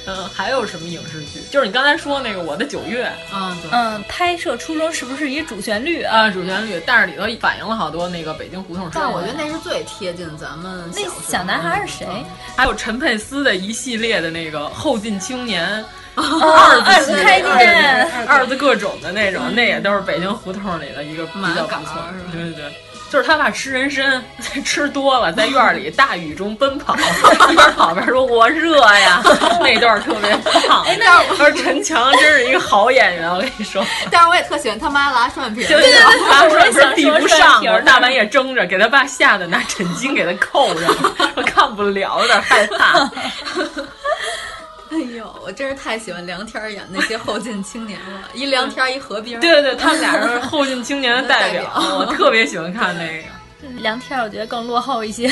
Speaker 9: 嗯，还有什么影视剧？就是你刚才说那个《我的九月》
Speaker 8: 啊，
Speaker 6: 嗯，拍摄初衷是不是以主旋律
Speaker 9: 啊？主旋律，但是里头反映了好多那个北京胡同生活。
Speaker 8: 但我觉得那是最贴近咱们
Speaker 6: 那小男孩是谁？
Speaker 8: 啊
Speaker 9: 还有陈佩斯的一系列的那个后进青年。
Speaker 6: 二
Speaker 9: 字
Speaker 6: 开店，
Speaker 9: 二字各种的那种，那也都是北京胡同里的一个比较不错，对对对，就是他怕吃人参， 吃多了在院里大雨中奔跑， 一边跑边说“我热 呀”，那段特别棒。
Speaker 6: 哎，那
Speaker 9: 而陈强真是一个好演员，我跟你 说。
Speaker 8: 但是我也特喜欢他妈拉涮瓶，
Speaker 9: 对对对，拉
Speaker 6: 涮
Speaker 9: 瓶递不上，我大半夜睁着，给他爸吓得拿枕巾给他扣 上，我看不了，有点害怕。
Speaker 8: 哎呦，我真是太喜欢梁天演那些后进青年了，一 梁天一何冰，
Speaker 9: 对对对，他们俩是后进青年的代表，我特别喜欢看那个。
Speaker 6: 梁天我觉得更落后一些，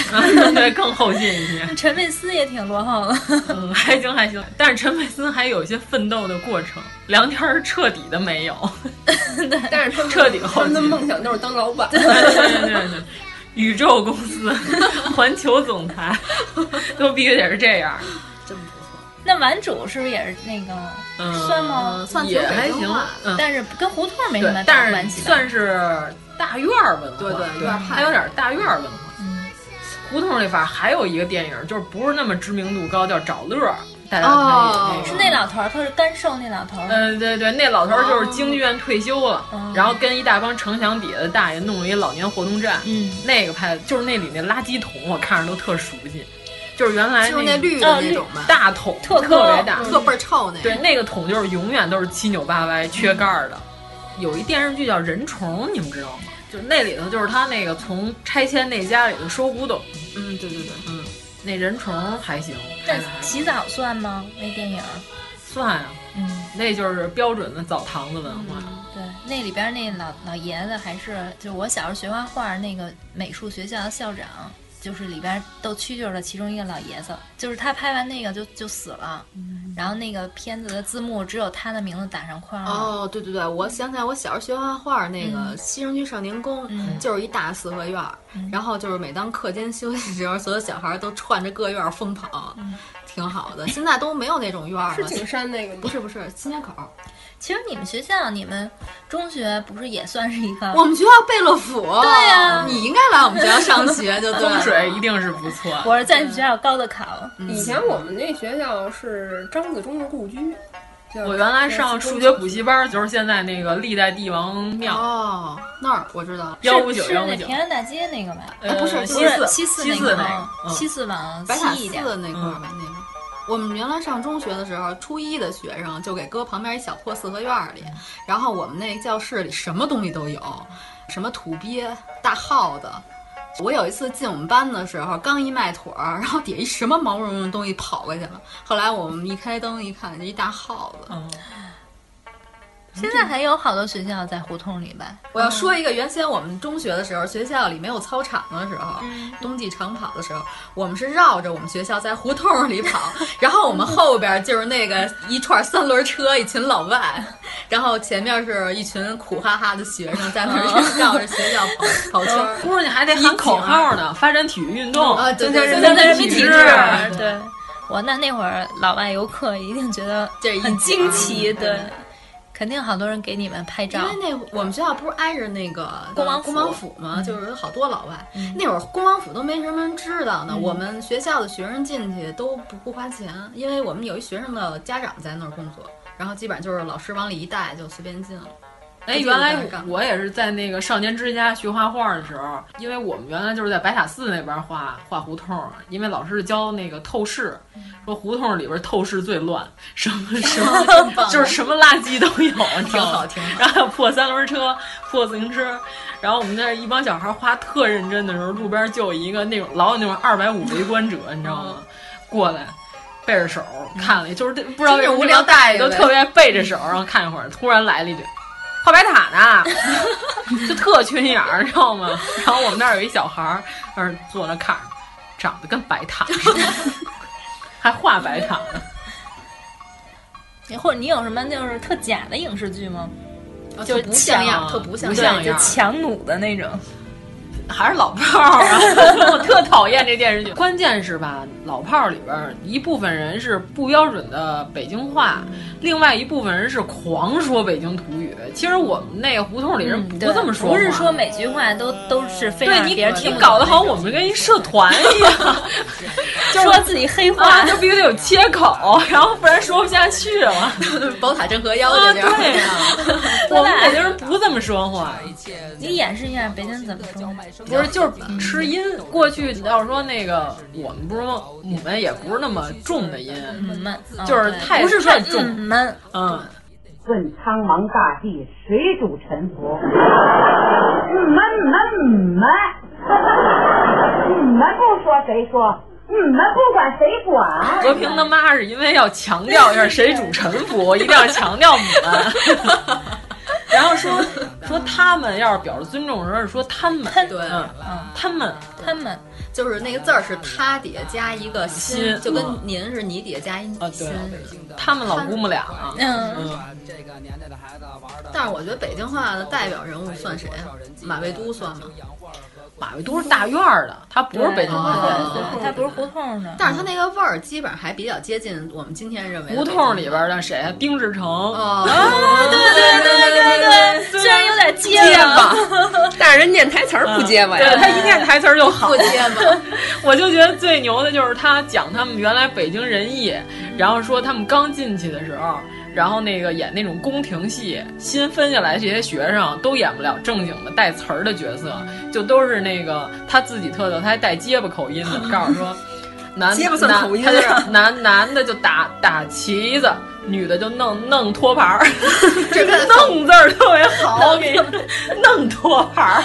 Speaker 9: 对，更后进一些。
Speaker 6: 陈佩斯也挺落后
Speaker 9: 的，嗯，还行还行，但是陈佩斯还有一些奋斗的过程，梁天彻底的没有。
Speaker 6: 对，
Speaker 7: 但是他们
Speaker 9: 彻底后
Speaker 7: 进，他们的梦想都是当老板。
Speaker 9: 对对对对。宇宙公司、 环球总裁， 都必须得是这样，
Speaker 8: 真不错。
Speaker 6: 那顽主是不是也是那个、嗯、算吗？
Speaker 8: 算
Speaker 9: 也还行，嗯、
Speaker 6: 但是跟胡同没什么
Speaker 9: 但是算是大院文化，
Speaker 8: 对对，
Speaker 9: 对还有点大院文化。嗯、胡同里反正还有一个电影，就是不是那么知名度高，叫《找乐》。大家
Speaker 6: 哦，是那老头儿，他是干瘦那老头儿。
Speaker 9: 嗯，对对，那老头儿
Speaker 8: 哦
Speaker 9: 就是京剧院退休了，然后跟一大帮城乡底下的大爷弄了一老年活动站。
Speaker 6: 嗯，
Speaker 9: 那个拍的就是那里那垃圾桶，我看着都特熟悉，就是原来呃
Speaker 8: 就是那啊绿的那种吧，
Speaker 9: 大桶
Speaker 6: 特
Speaker 9: 特别大，
Speaker 8: 特嗯倍儿臭那。
Speaker 9: 对，那个桶就是永远都是七扭八歪、缺盖儿的。有一电视剧叫《人虫》，你们知道吗？就那里头就是他那个从拆迁那家里头收古董。
Speaker 8: 嗯，对对对，
Speaker 9: 嗯。那人虫还行，
Speaker 6: 那洗澡算吗？那电影
Speaker 9: 算啊，
Speaker 6: 嗯，
Speaker 9: 那就是标准的澡堂子文化。嗯、
Speaker 6: 对，那里边那老老爷子还是就是我小时候学画画那个美术学校的校长，就是里边都蛐蛐的其中一个老爷子，就是他拍完那个就就死了，嗯、然后那个片子的字幕只有他的名字打上框。
Speaker 8: 哦，对对对，我想起来我小时候学画画那个西城区少年宫，
Speaker 6: 嗯、
Speaker 8: 就是一大四合院。 然后就是每当课间休息的时候，所有小孩都串着各院疯跑，
Speaker 6: 嗯、
Speaker 8: 挺好的。现在都没有那种院了。
Speaker 7: 是景山那个吗？
Speaker 8: 不是不是，新街口。
Speaker 6: 其实你们学校，你们中学不是也算是一个？
Speaker 8: 我们学校贝勒府。
Speaker 6: 对呀、啊，
Speaker 8: 你应该来我们学校上学就对了。
Speaker 9: 风水一定是不错。
Speaker 6: 我是在你们学校高的考。
Speaker 8: 嗯、
Speaker 7: 以前我们那学校是张自忠的故居。
Speaker 9: 我原来上数学补习班，就是现在那个历代帝王庙
Speaker 8: 哦，那儿我知道
Speaker 9: 幺五九呃
Speaker 6: 是那平安大街那个吧？
Speaker 8: 哎，不是
Speaker 9: 七四
Speaker 6: 七
Speaker 9: 四
Speaker 6: 那啊嗯
Speaker 9: 个嗯
Speaker 6: 七四往
Speaker 8: 白塔
Speaker 6: 西一
Speaker 8: 寺
Speaker 6: 点嗯
Speaker 8: 那块儿吧，那个。我们原来上中学的时候，初一的学生就给搁旁边一小破四合院里，然后我们那教室里什么东西都有，什么土鳖、大耗子。我有一次进我们班的时候，刚一迈腿儿，然后底下一什么毛茸茸的东西跑过去了。后来我们一开灯一看，一大耗子。
Speaker 9: 嗯、
Speaker 6: 现在还有好多学校在胡同里吧？
Speaker 8: 我要说一个，原先我们中学的时候，学校里没有操场的时候，
Speaker 6: 嗯、
Speaker 8: 冬季长跑的时候，我们是绕着我们学校在胡同里跑， 然后我们后边就是那个一串三轮车，一群老外，然后前面是一群苦哈哈的学生在那儿绕着学校跑 跑圈儿。
Speaker 9: 不是，你还得喊口号呢，发展体育运动
Speaker 8: 啊，增
Speaker 6: 加人
Speaker 8: 民
Speaker 6: 体
Speaker 8: 质。
Speaker 6: 对，我那那会儿老外游客一定觉得
Speaker 8: 这
Speaker 6: 很惊奇，对。肯定好多人给你们拍照，
Speaker 8: 因为那我们学校不是挨着那个
Speaker 9: 嗯
Speaker 6: 恭王
Speaker 8: 恭王府吗？就是有好多老外，那会儿恭王府都没什么人知道
Speaker 9: 嗯
Speaker 8: 呢。我们学校的学生进去都不不花钱，因为我们有一学生的家长在那儿工作，然后基本上就是老师往里一带就随便进 了。
Speaker 9: 哎，原来我也是在那个少年之家学画画的时候，因为我们原来就是在白塔寺那边画画胡同，啊因为老师教那个透视，
Speaker 8: 嗯
Speaker 9: 说胡同里边透视最乱，什么 什么就是什么垃圾都有，
Speaker 8: 挺好啊挺好。
Speaker 9: 然后破三轮车、破自行车，然后我们那一帮小孩画特认真的时候，路边就有一个那种老有那种二百五围观者，你知道
Speaker 8: 嗯
Speaker 9: 吗？过来。背着手看了，就是不知道为什么
Speaker 8: 无聊带
Speaker 9: 都特别背着手，然后看一会儿，突然来了一 句。画白塔呢， 就特缺眼儿，知道吗？ 然后我们那儿有一小孩儿，那儿坐那看着，长得跟白塔似的， 还画白塔
Speaker 6: 呢。或者你有什么就是特假的影视剧吗？
Speaker 8: 哦、
Speaker 6: 就是
Speaker 8: 不像样，
Speaker 6: 特
Speaker 8: 不
Speaker 6: 像
Speaker 9: 样，
Speaker 6: 就强弩的那种。
Speaker 9: 还是老炮儿啊！ 我特讨厌这电视剧。关键是吧，老炮儿里边一部分人是不标准的北京话，另外一部分人是狂说北京土语。其实我们那个胡同里人不这么说、
Speaker 6: 嗯，不是说每句话都都是非
Speaker 9: 对你你搞得好，我们跟 一社团一样，
Speaker 6: 说自己黑话、啊，
Speaker 9: 就必须得有切口，然后不然说不下去 了。
Speaker 8: 宝塔镇河妖
Speaker 9: 这边、啊，对呀、 啊，我们北京人不这么说话。
Speaker 6: 你演示一下北京怎么说。
Speaker 9: 不是，就是吃音。过去要是说那个，我们不是你们也不是那么重的音，
Speaker 6: 们
Speaker 9: 就是太
Speaker 6: 不
Speaker 9: 嗯是
Speaker 6: 说
Speaker 9: 重
Speaker 6: 们，
Speaker 9: 嗯。
Speaker 11: 问苍茫大地，谁主沉浮？ 嗯们嗯们 嗯们不说谁说？嗯们不管谁管？
Speaker 9: 和平他妈 是因为要强调一下谁主沉浮，一定要强调们。然后说说他们要是表示尊重的时候，说他们，
Speaker 8: 对，
Speaker 9: 嗯，他们，
Speaker 6: 他们
Speaker 8: 就是那个字儿是他底下加一个
Speaker 9: 心，嗯啊
Speaker 8: 就跟您是你底下加一心。
Speaker 9: 他们老姑母俩，啊
Speaker 8: 嗯。但是我觉得北京话的代表人物算谁啊？马未都算吗？
Speaker 9: 马未都是大院儿的，他不是北京话，
Speaker 6: 他不是胡同的，
Speaker 8: 但是他那个味儿基本上还比较接近我们今天认为
Speaker 9: 胡同里边的谁啊？丁志成
Speaker 8: 啊，
Speaker 6: 对对对对对对，虽然有点
Speaker 9: 结
Speaker 6: 巴，
Speaker 7: 但是人念台词儿不结巴呀，
Speaker 9: 他一念台词儿就好，
Speaker 8: 不结巴。
Speaker 9: 我就觉得最牛的就是他讲他们原来北京人艺，
Speaker 7: 嗯
Speaker 9: 然后说他们刚进去的时候。然后那个演那种宫廷戏，新分下来这些学生都演不了正经的带词儿的角色，就都是那个他自己特色，他还带结巴口音呢。告 诉说，男
Speaker 7: 结巴算
Speaker 9: 男
Speaker 7: 口音啊
Speaker 9: 他就是男男的就打打旗子，女的就弄弄托盘 儿，这个弄字儿特别好，我给你弄托 盘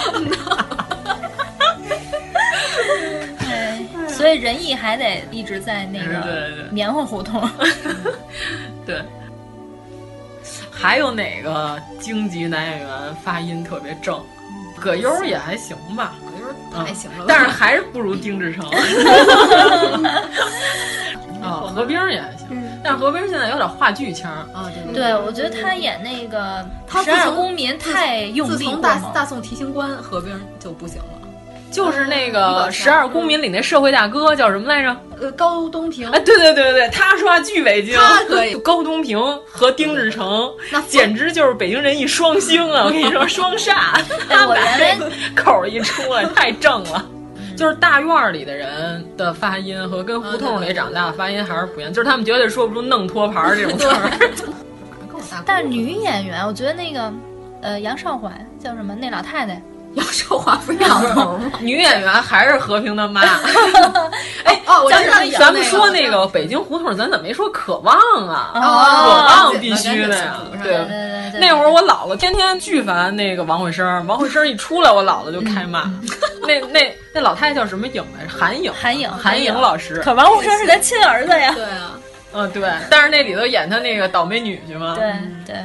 Speaker 9: 儿。
Speaker 6: 所以仁义还得一直在那
Speaker 7: 啊
Speaker 9: 个
Speaker 6: 棉花胡同，
Speaker 9: 对。还有哪个京籍男演员发音特别正？葛优也还行吧，
Speaker 8: 嗯葛优太行了、嗯，
Speaker 9: 但是还是不如 丁志成。 啊，何冰也还行，嗯、但是何冰现在有点话剧腔
Speaker 8: 啊。对，
Speaker 6: 对我觉得他演那个
Speaker 8: 《
Speaker 6: 十二公民》太用力
Speaker 8: 自从大大宋提刑官何冰就不行了。
Speaker 9: 就是那个
Speaker 8: 嗯
Speaker 9: 《十二公民》里那社会大哥叫什么来着？
Speaker 8: 呃，高东平。
Speaker 9: 哎，对对对对对，他说话巨北京，
Speaker 8: 他可以。
Speaker 9: 高东平和丁志成，那简直就是北京人一双星啊！我跟你说，双 煞。他把这 口一出来，太正了。 就是大院里的人的发音和跟胡同里长大的发音还是不一样，就是他们绝对说不出“弄托盘”这种词儿。
Speaker 6: 但是女演员，我觉得那个呃杨少华叫什么？那老太太。
Speaker 8: 杨少华不是 老头吗？
Speaker 9: 女演员还是和平 的妈。哎
Speaker 8: 哦，我知道
Speaker 9: 咱们说那个北京胡同，咱怎么没说渴望啊？
Speaker 8: 哦
Speaker 9: 渴望必须的呀。
Speaker 8: 对
Speaker 6: 对对。
Speaker 9: 那会儿我姥姥天天巨烦那个王慧生，王慧生一出来，我姥姥就开骂。 那那那老太太叫什么影来着？韩影。
Speaker 6: 韩影。
Speaker 9: 韩影老师。
Speaker 6: 可王慧生是咱亲儿子呀。
Speaker 8: 对啊。
Speaker 9: 嗯，对。但是那里头演他那个倒霉女婿嘛。
Speaker 6: 对对。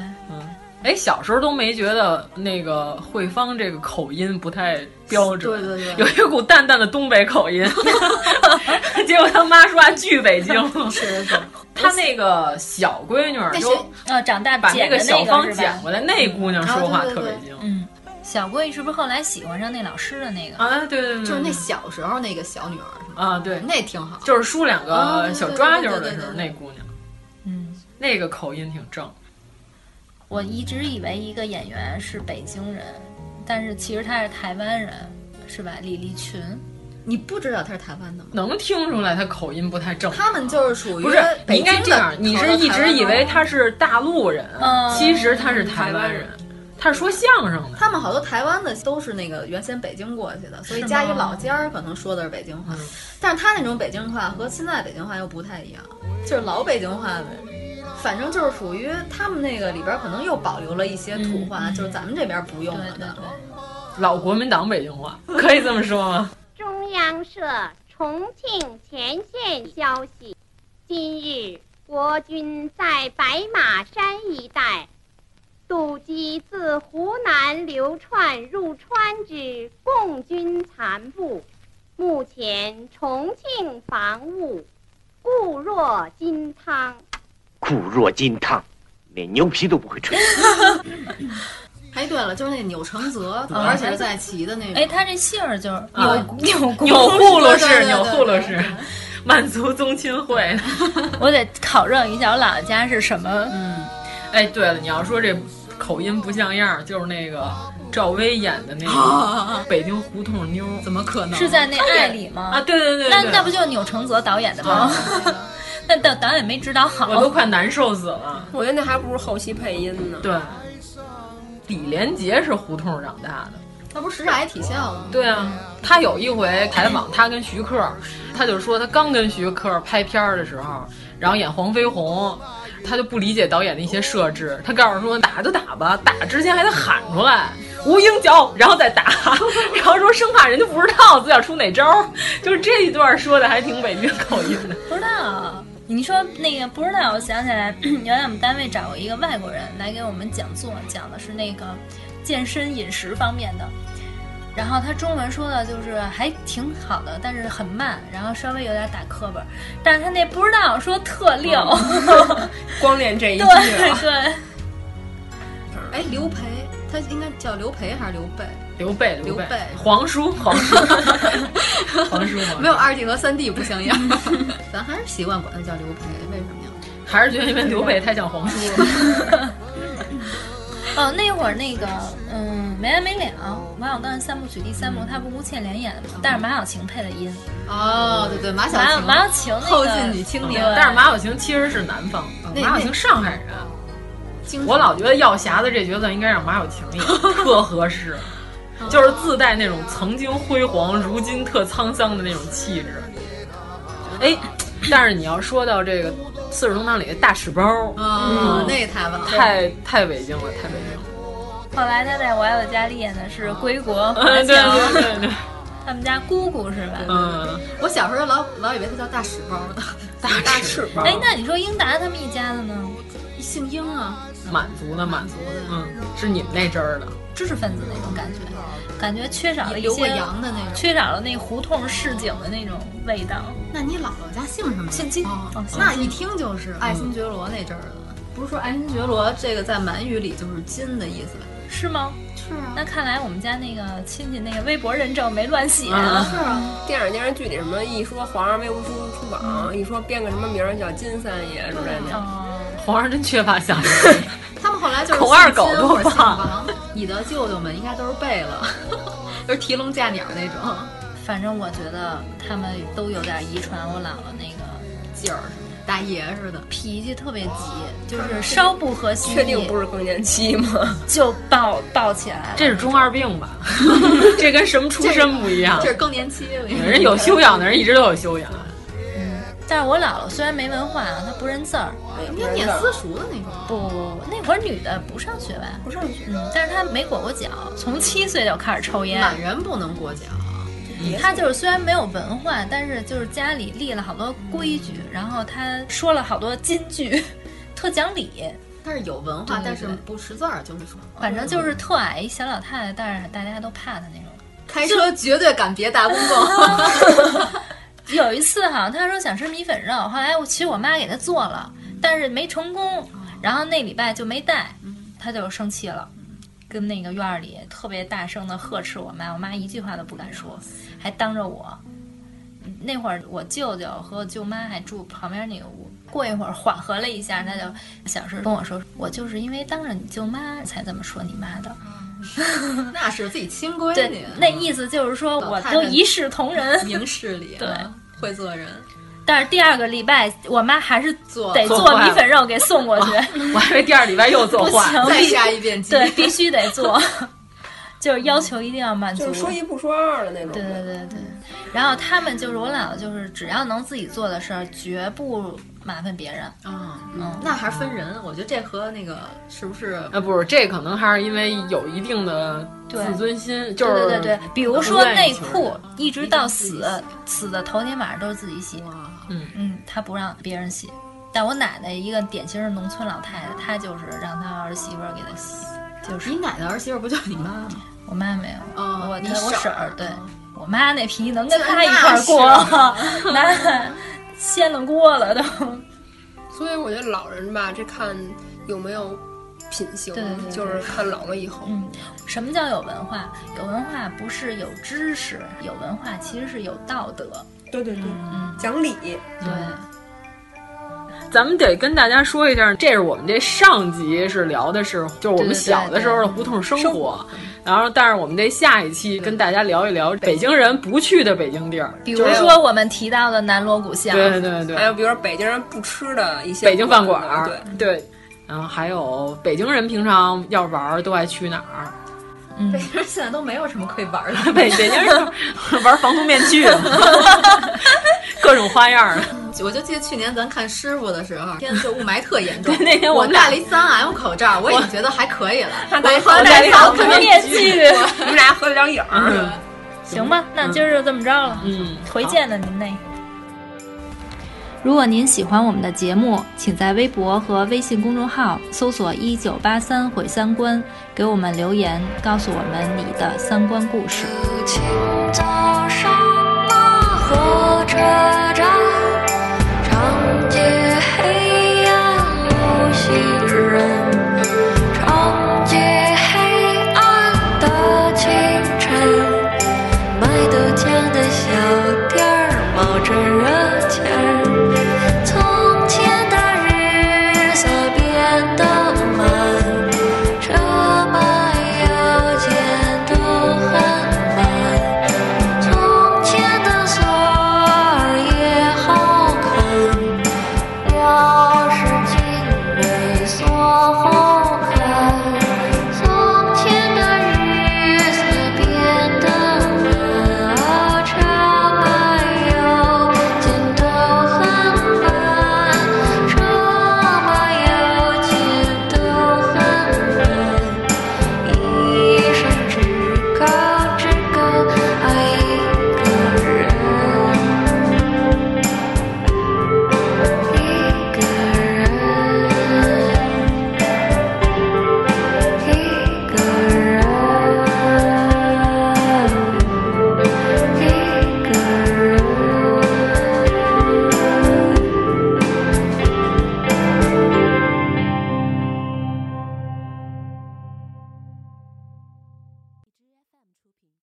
Speaker 9: 哎，小时候都没觉得那个慧芳这个口音不太标准，
Speaker 8: 对对对，
Speaker 9: 有一股淡淡的东北口音。结果他妈说话巨北京，
Speaker 8: 是是是。
Speaker 9: 他那个小闺女就
Speaker 6: 呃长大
Speaker 9: 把那
Speaker 6: 个
Speaker 9: 小芳捡回来，那姑娘说话特北京。
Speaker 6: 嗯，小闺女是不是后来喜欢上那老师的那个
Speaker 9: 啊？对对对，
Speaker 8: 就是那小时候那个小女儿
Speaker 9: 啊，对，
Speaker 8: 那挺好，
Speaker 9: 就是梳两个小抓阄的时候那姑娘，嗯，那个口音挺正。
Speaker 6: 我一直以为一个演员是北京人，但是其实他是台湾人，是吧？李立群，
Speaker 8: 你不知道他是台湾的吗？
Speaker 9: 能听出来他口音不太正。
Speaker 8: 他们就是属于
Speaker 9: 不是，你应该这样，你是一直以为他是大陆人，
Speaker 6: 嗯、
Speaker 9: 其实他是台湾人，他是说相声的。
Speaker 8: 他们好多台湾的都是那个原先北京过去的，所以家里老家儿可能说的是北京话，
Speaker 9: 是
Speaker 8: 但是他那种北京话和现在北京话又不太一样，就是老北京话呗。反正就是属于他们那个里边，可能又保留了一些土话，就是咱们这边不用了的。
Speaker 9: 老国民党北京话，可以这么说 吗？
Speaker 12: 中央社重庆前线消息：今日国军在白马山一带堵击自湖南流窜入川之共军残部，目前重庆防务固若金汤。
Speaker 13: 固若金汤，连牛皮都不会吹。
Speaker 8: 哎，对了，就是那钮承泽，而且是在骑的那个。
Speaker 6: 哎，他这姓儿就是
Speaker 9: 钮钮钮祜禄氏，钮祜禄氏， 满族宗亲会。
Speaker 6: 我得考证一下我姥姥家是什么。
Speaker 9: 嗯，哎，对了，你要说这口音不像样，就是那个赵薇演的那个北京胡同妞，
Speaker 8: 怎么可能？
Speaker 6: 是在那爱里吗？
Speaker 9: 啊，对对对，
Speaker 6: 那那不就是钮承泽导演的吗？ 那导导演没指导好，
Speaker 9: 我都快难受死了。
Speaker 7: 我觉得那还不如后期配音呢。
Speaker 9: 对，李连杰是胡同长大的，
Speaker 8: 那不是时代体校吗？
Speaker 9: 对啊，他有一回采访他跟徐克，他就说他刚跟徐克拍片儿的时候，然后演黄飞鸿，他就不理解导演的一些设置，他告诉说打就打吧，打之前还得喊出来。无影脚，然后再打， 然后说生怕人家不知道自己要出哪招，就是这一段说的还挺北京口音的。
Speaker 6: 不知道，你说那个不知道，我想起来， 原来我们单位找过一个外国人来给我们讲座，讲的是那个健身饮食方面的。然后他中文说的就是还挺好的，但是很慢，然后稍微有点打磕巴，但是他那不知道说特溜，
Speaker 7: 嗯、光练这一句、啊。
Speaker 6: 对对。
Speaker 8: 哎，刘培，他应该叫刘培还是刘备？
Speaker 9: 刘备，
Speaker 8: 刘备，
Speaker 9: 皇叔，皇 叔，皇叔，
Speaker 8: 没有啊二 D 和三 D 不像样， 咱还是习惯管他叫刘培，为什么呀？
Speaker 9: 还是觉得因为刘备太像皇叔了。嗯
Speaker 6: 哦，那会儿那个，嗯，没完没了，马小刚三部曲第三部，他不吴倩莲演的吗？但是马小晴配的音。
Speaker 8: 哦，对对，马小
Speaker 6: 马马小晴
Speaker 8: 后进女青年，
Speaker 9: 但是马小晴其实是南方，马小晴上海人。我老觉得药匣子这角色应该让马小晴 演，特合适，
Speaker 8: 哦
Speaker 9: 就是自带那种曾经辉煌，如今特沧桑的那种气质。哎，但是你要说到这个。四世同堂里的大屎包，
Speaker 8: 嗯，那太棒了，
Speaker 9: 太太北京了，太北京了。
Speaker 6: 后来他在我爱我家里演的是 归国，
Speaker 9: 对对 对对，
Speaker 6: 他们家姑姑是吧？
Speaker 9: 嗯，
Speaker 8: 我小时候老老以为他叫大屎包呢，
Speaker 9: 大
Speaker 8: 大屎
Speaker 9: 包。
Speaker 6: 哎，那你说英达他们一家的呢？
Speaker 8: 姓英啊，
Speaker 9: 满族的满族的，嗯，是你们那支儿的
Speaker 6: 知识分子那种感觉，感觉缺少了一
Speaker 8: 些洋的那种，
Speaker 6: 缺少了那胡同市井的那种味道。
Speaker 8: 那你姥姥家姓什么？哦
Speaker 6: 姓金，
Speaker 8: 那一听就是爱新觉罗那阵儿的。不是说爱新觉罗这个在满语里就是金的意思吧？
Speaker 6: 是吗？
Speaker 8: 是啊。
Speaker 6: 那看来我们家那个亲戚那个微博认证没乱写
Speaker 8: 啊。是啊。
Speaker 7: 电影电视剧里什么一说皇上微博出出榜，一说编个什么名儿叫金三爷之类
Speaker 6: 嗯
Speaker 7: 的。
Speaker 6: 哦
Speaker 9: 皇上真缺乏想象力。
Speaker 8: 他们后来就是
Speaker 9: 孔二狗多
Speaker 8: 棒。你的舅舅们应该都是背了， 就是提笼架鸟那种。
Speaker 6: 反正我觉得他们都有点遗传我姥姥那个
Speaker 8: 劲儿，大爷似的，
Speaker 6: 脾气特别急，就是稍不合心意，
Speaker 7: 确定不哦是更年期吗？
Speaker 6: 就抱抱起来了。
Speaker 9: 这是中二 病吧？这跟什么出身不一样？
Speaker 8: 这是更年期了。
Speaker 9: 人有修养的人一直都有修养。啊
Speaker 6: 嗯，但是我姥姥虽然没文化啊，她不认字儿，
Speaker 8: 应该念私塾的那种。
Speaker 6: 不不不，那会儿女的不上学吧？
Speaker 7: 不上学。
Speaker 6: 嗯，但是她没裹过脚，从七岁就开始抽烟。
Speaker 8: 满人不能裹脚。
Speaker 6: 他就是虽然没有文化，但是就是家里立了好多规矩，然后他说了好多金句， 特讲理。
Speaker 8: 但是有文化，但是不识字儿，就是说，
Speaker 6: 反正就是特矮一小老太太，但是大家都怕她那种。
Speaker 8: 开车绝对敢别大 公公。
Speaker 6: 有一次哈，他说想吃米粉肉，后来我其实我妈给他做了，但是没成功，然后那礼拜就没带，他就生气了。跟那个院儿里特别大声的呵斥我妈，我妈一句话都不敢说，还当着我。那会儿我舅舅和我舅妈还住旁边那个屋。过一会儿缓和了一下，他就小声跟我说：“我就是因为当着你舅妈才这么说你妈的。
Speaker 8: 嗯”那是自己亲闺女，
Speaker 6: 那意思就是说我都一视同仁，
Speaker 8: 明事理、啊，
Speaker 6: 对，
Speaker 8: 会做人。
Speaker 6: 但是第二个礼拜，我妈还是得做米粉肉给送过去。
Speaker 9: 我还以为第二礼拜又做坏，
Speaker 8: 再下一遍
Speaker 6: 对，必须得做，就是要求一定要满足，
Speaker 7: 就是说一不说二的那种。
Speaker 6: 对对对对。然后他们就是我姥姥，就是只要能自己做的事儿，绝不麻烦别人。
Speaker 8: 嗯嗯，那还是分人，我觉得这和那个是不是？
Speaker 9: 呃，不是，这可能还是因为有一定的自尊心，就是
Speaker 6: 对对对。比如说内裤，一直到死死的头天晚上都是自己洗。
Speaker 9: 嗯
Speaker 6: 嗯，他不让别人洗，但我奶奶一个典型的农村老太太，她就是让她儿媳妇给她洗，就是
Speaker 8: 你奶奶儿媳妇不就是你妈吗？
Speaker 6: 我妈没有，
Speaker 8: 哦，
Speaker 6: 我
Speaker 8: 你
Speaker 6: 我
Speaker 8: 婶
Speaker 6: 儿对，我妈那脾气能跟她一块 过，那掀了锅了都。
Speaker 7: 所以我觉得老人吧，这看有没有品行，
Speaker 6: 对对对
Speaker 7: 就是看老了以后。
Speaker 6: 嗯，什么叫有文化？有文化不是有知识，有文化其实是有道德。
Speaker 7: 对对对，
Speaker 6: 嗯、
Speaker 7: 讲理。
Speaker 6: 对，
Speaker 9: 咱们得跟大家说一下，这是我们这上集是聊的是，就是我们小的时候的胡同生活。
Speaker 6: 生活
Speaker 9: 然后，但是我们这下一期跟大家聊一聊北京人不去的北京地儿，
Speaker 6: 比如说我们提到的南锣鼓巷，
Speaker 9: 对对对，
Speaker 7: 还有比如说北京人不吃的一些
Speaker 9: 北京饭馆，
Speaker 7: 对
Speaker 9: 对。然后还有北京人平常要玩都爱去哪儿？
Speaker 6: 嗯、
Speaker 8: 北京现在都没有什么可以玩的，
Speaker 9: 北北京人 玩防毒面具，各种花样。
Speaker 8: 我就记得去年咱看师傅的时 候，天就雾霾特严重。
Speaker 9: 那天
Speaker 8: 我
Speaker 9: 戴
Speaker 8: 了一三 M 口罩，我已经觉得还可以了。
Speaker 7: 我
Speaker 8: 戴防毒
Speaker 6: 面具，嗯
Speaker 7: 你们俩合得了影儿。
Speaker 6: 行吧，那今儿就这么着了。
Speaker 9: 嗯，
Speaker 6: 回见了您那。如果您喜欢我们的节目，请在微博和微信公众号搜索“一九八三毁三观”，给我们留言，告诉我们你的三观故事。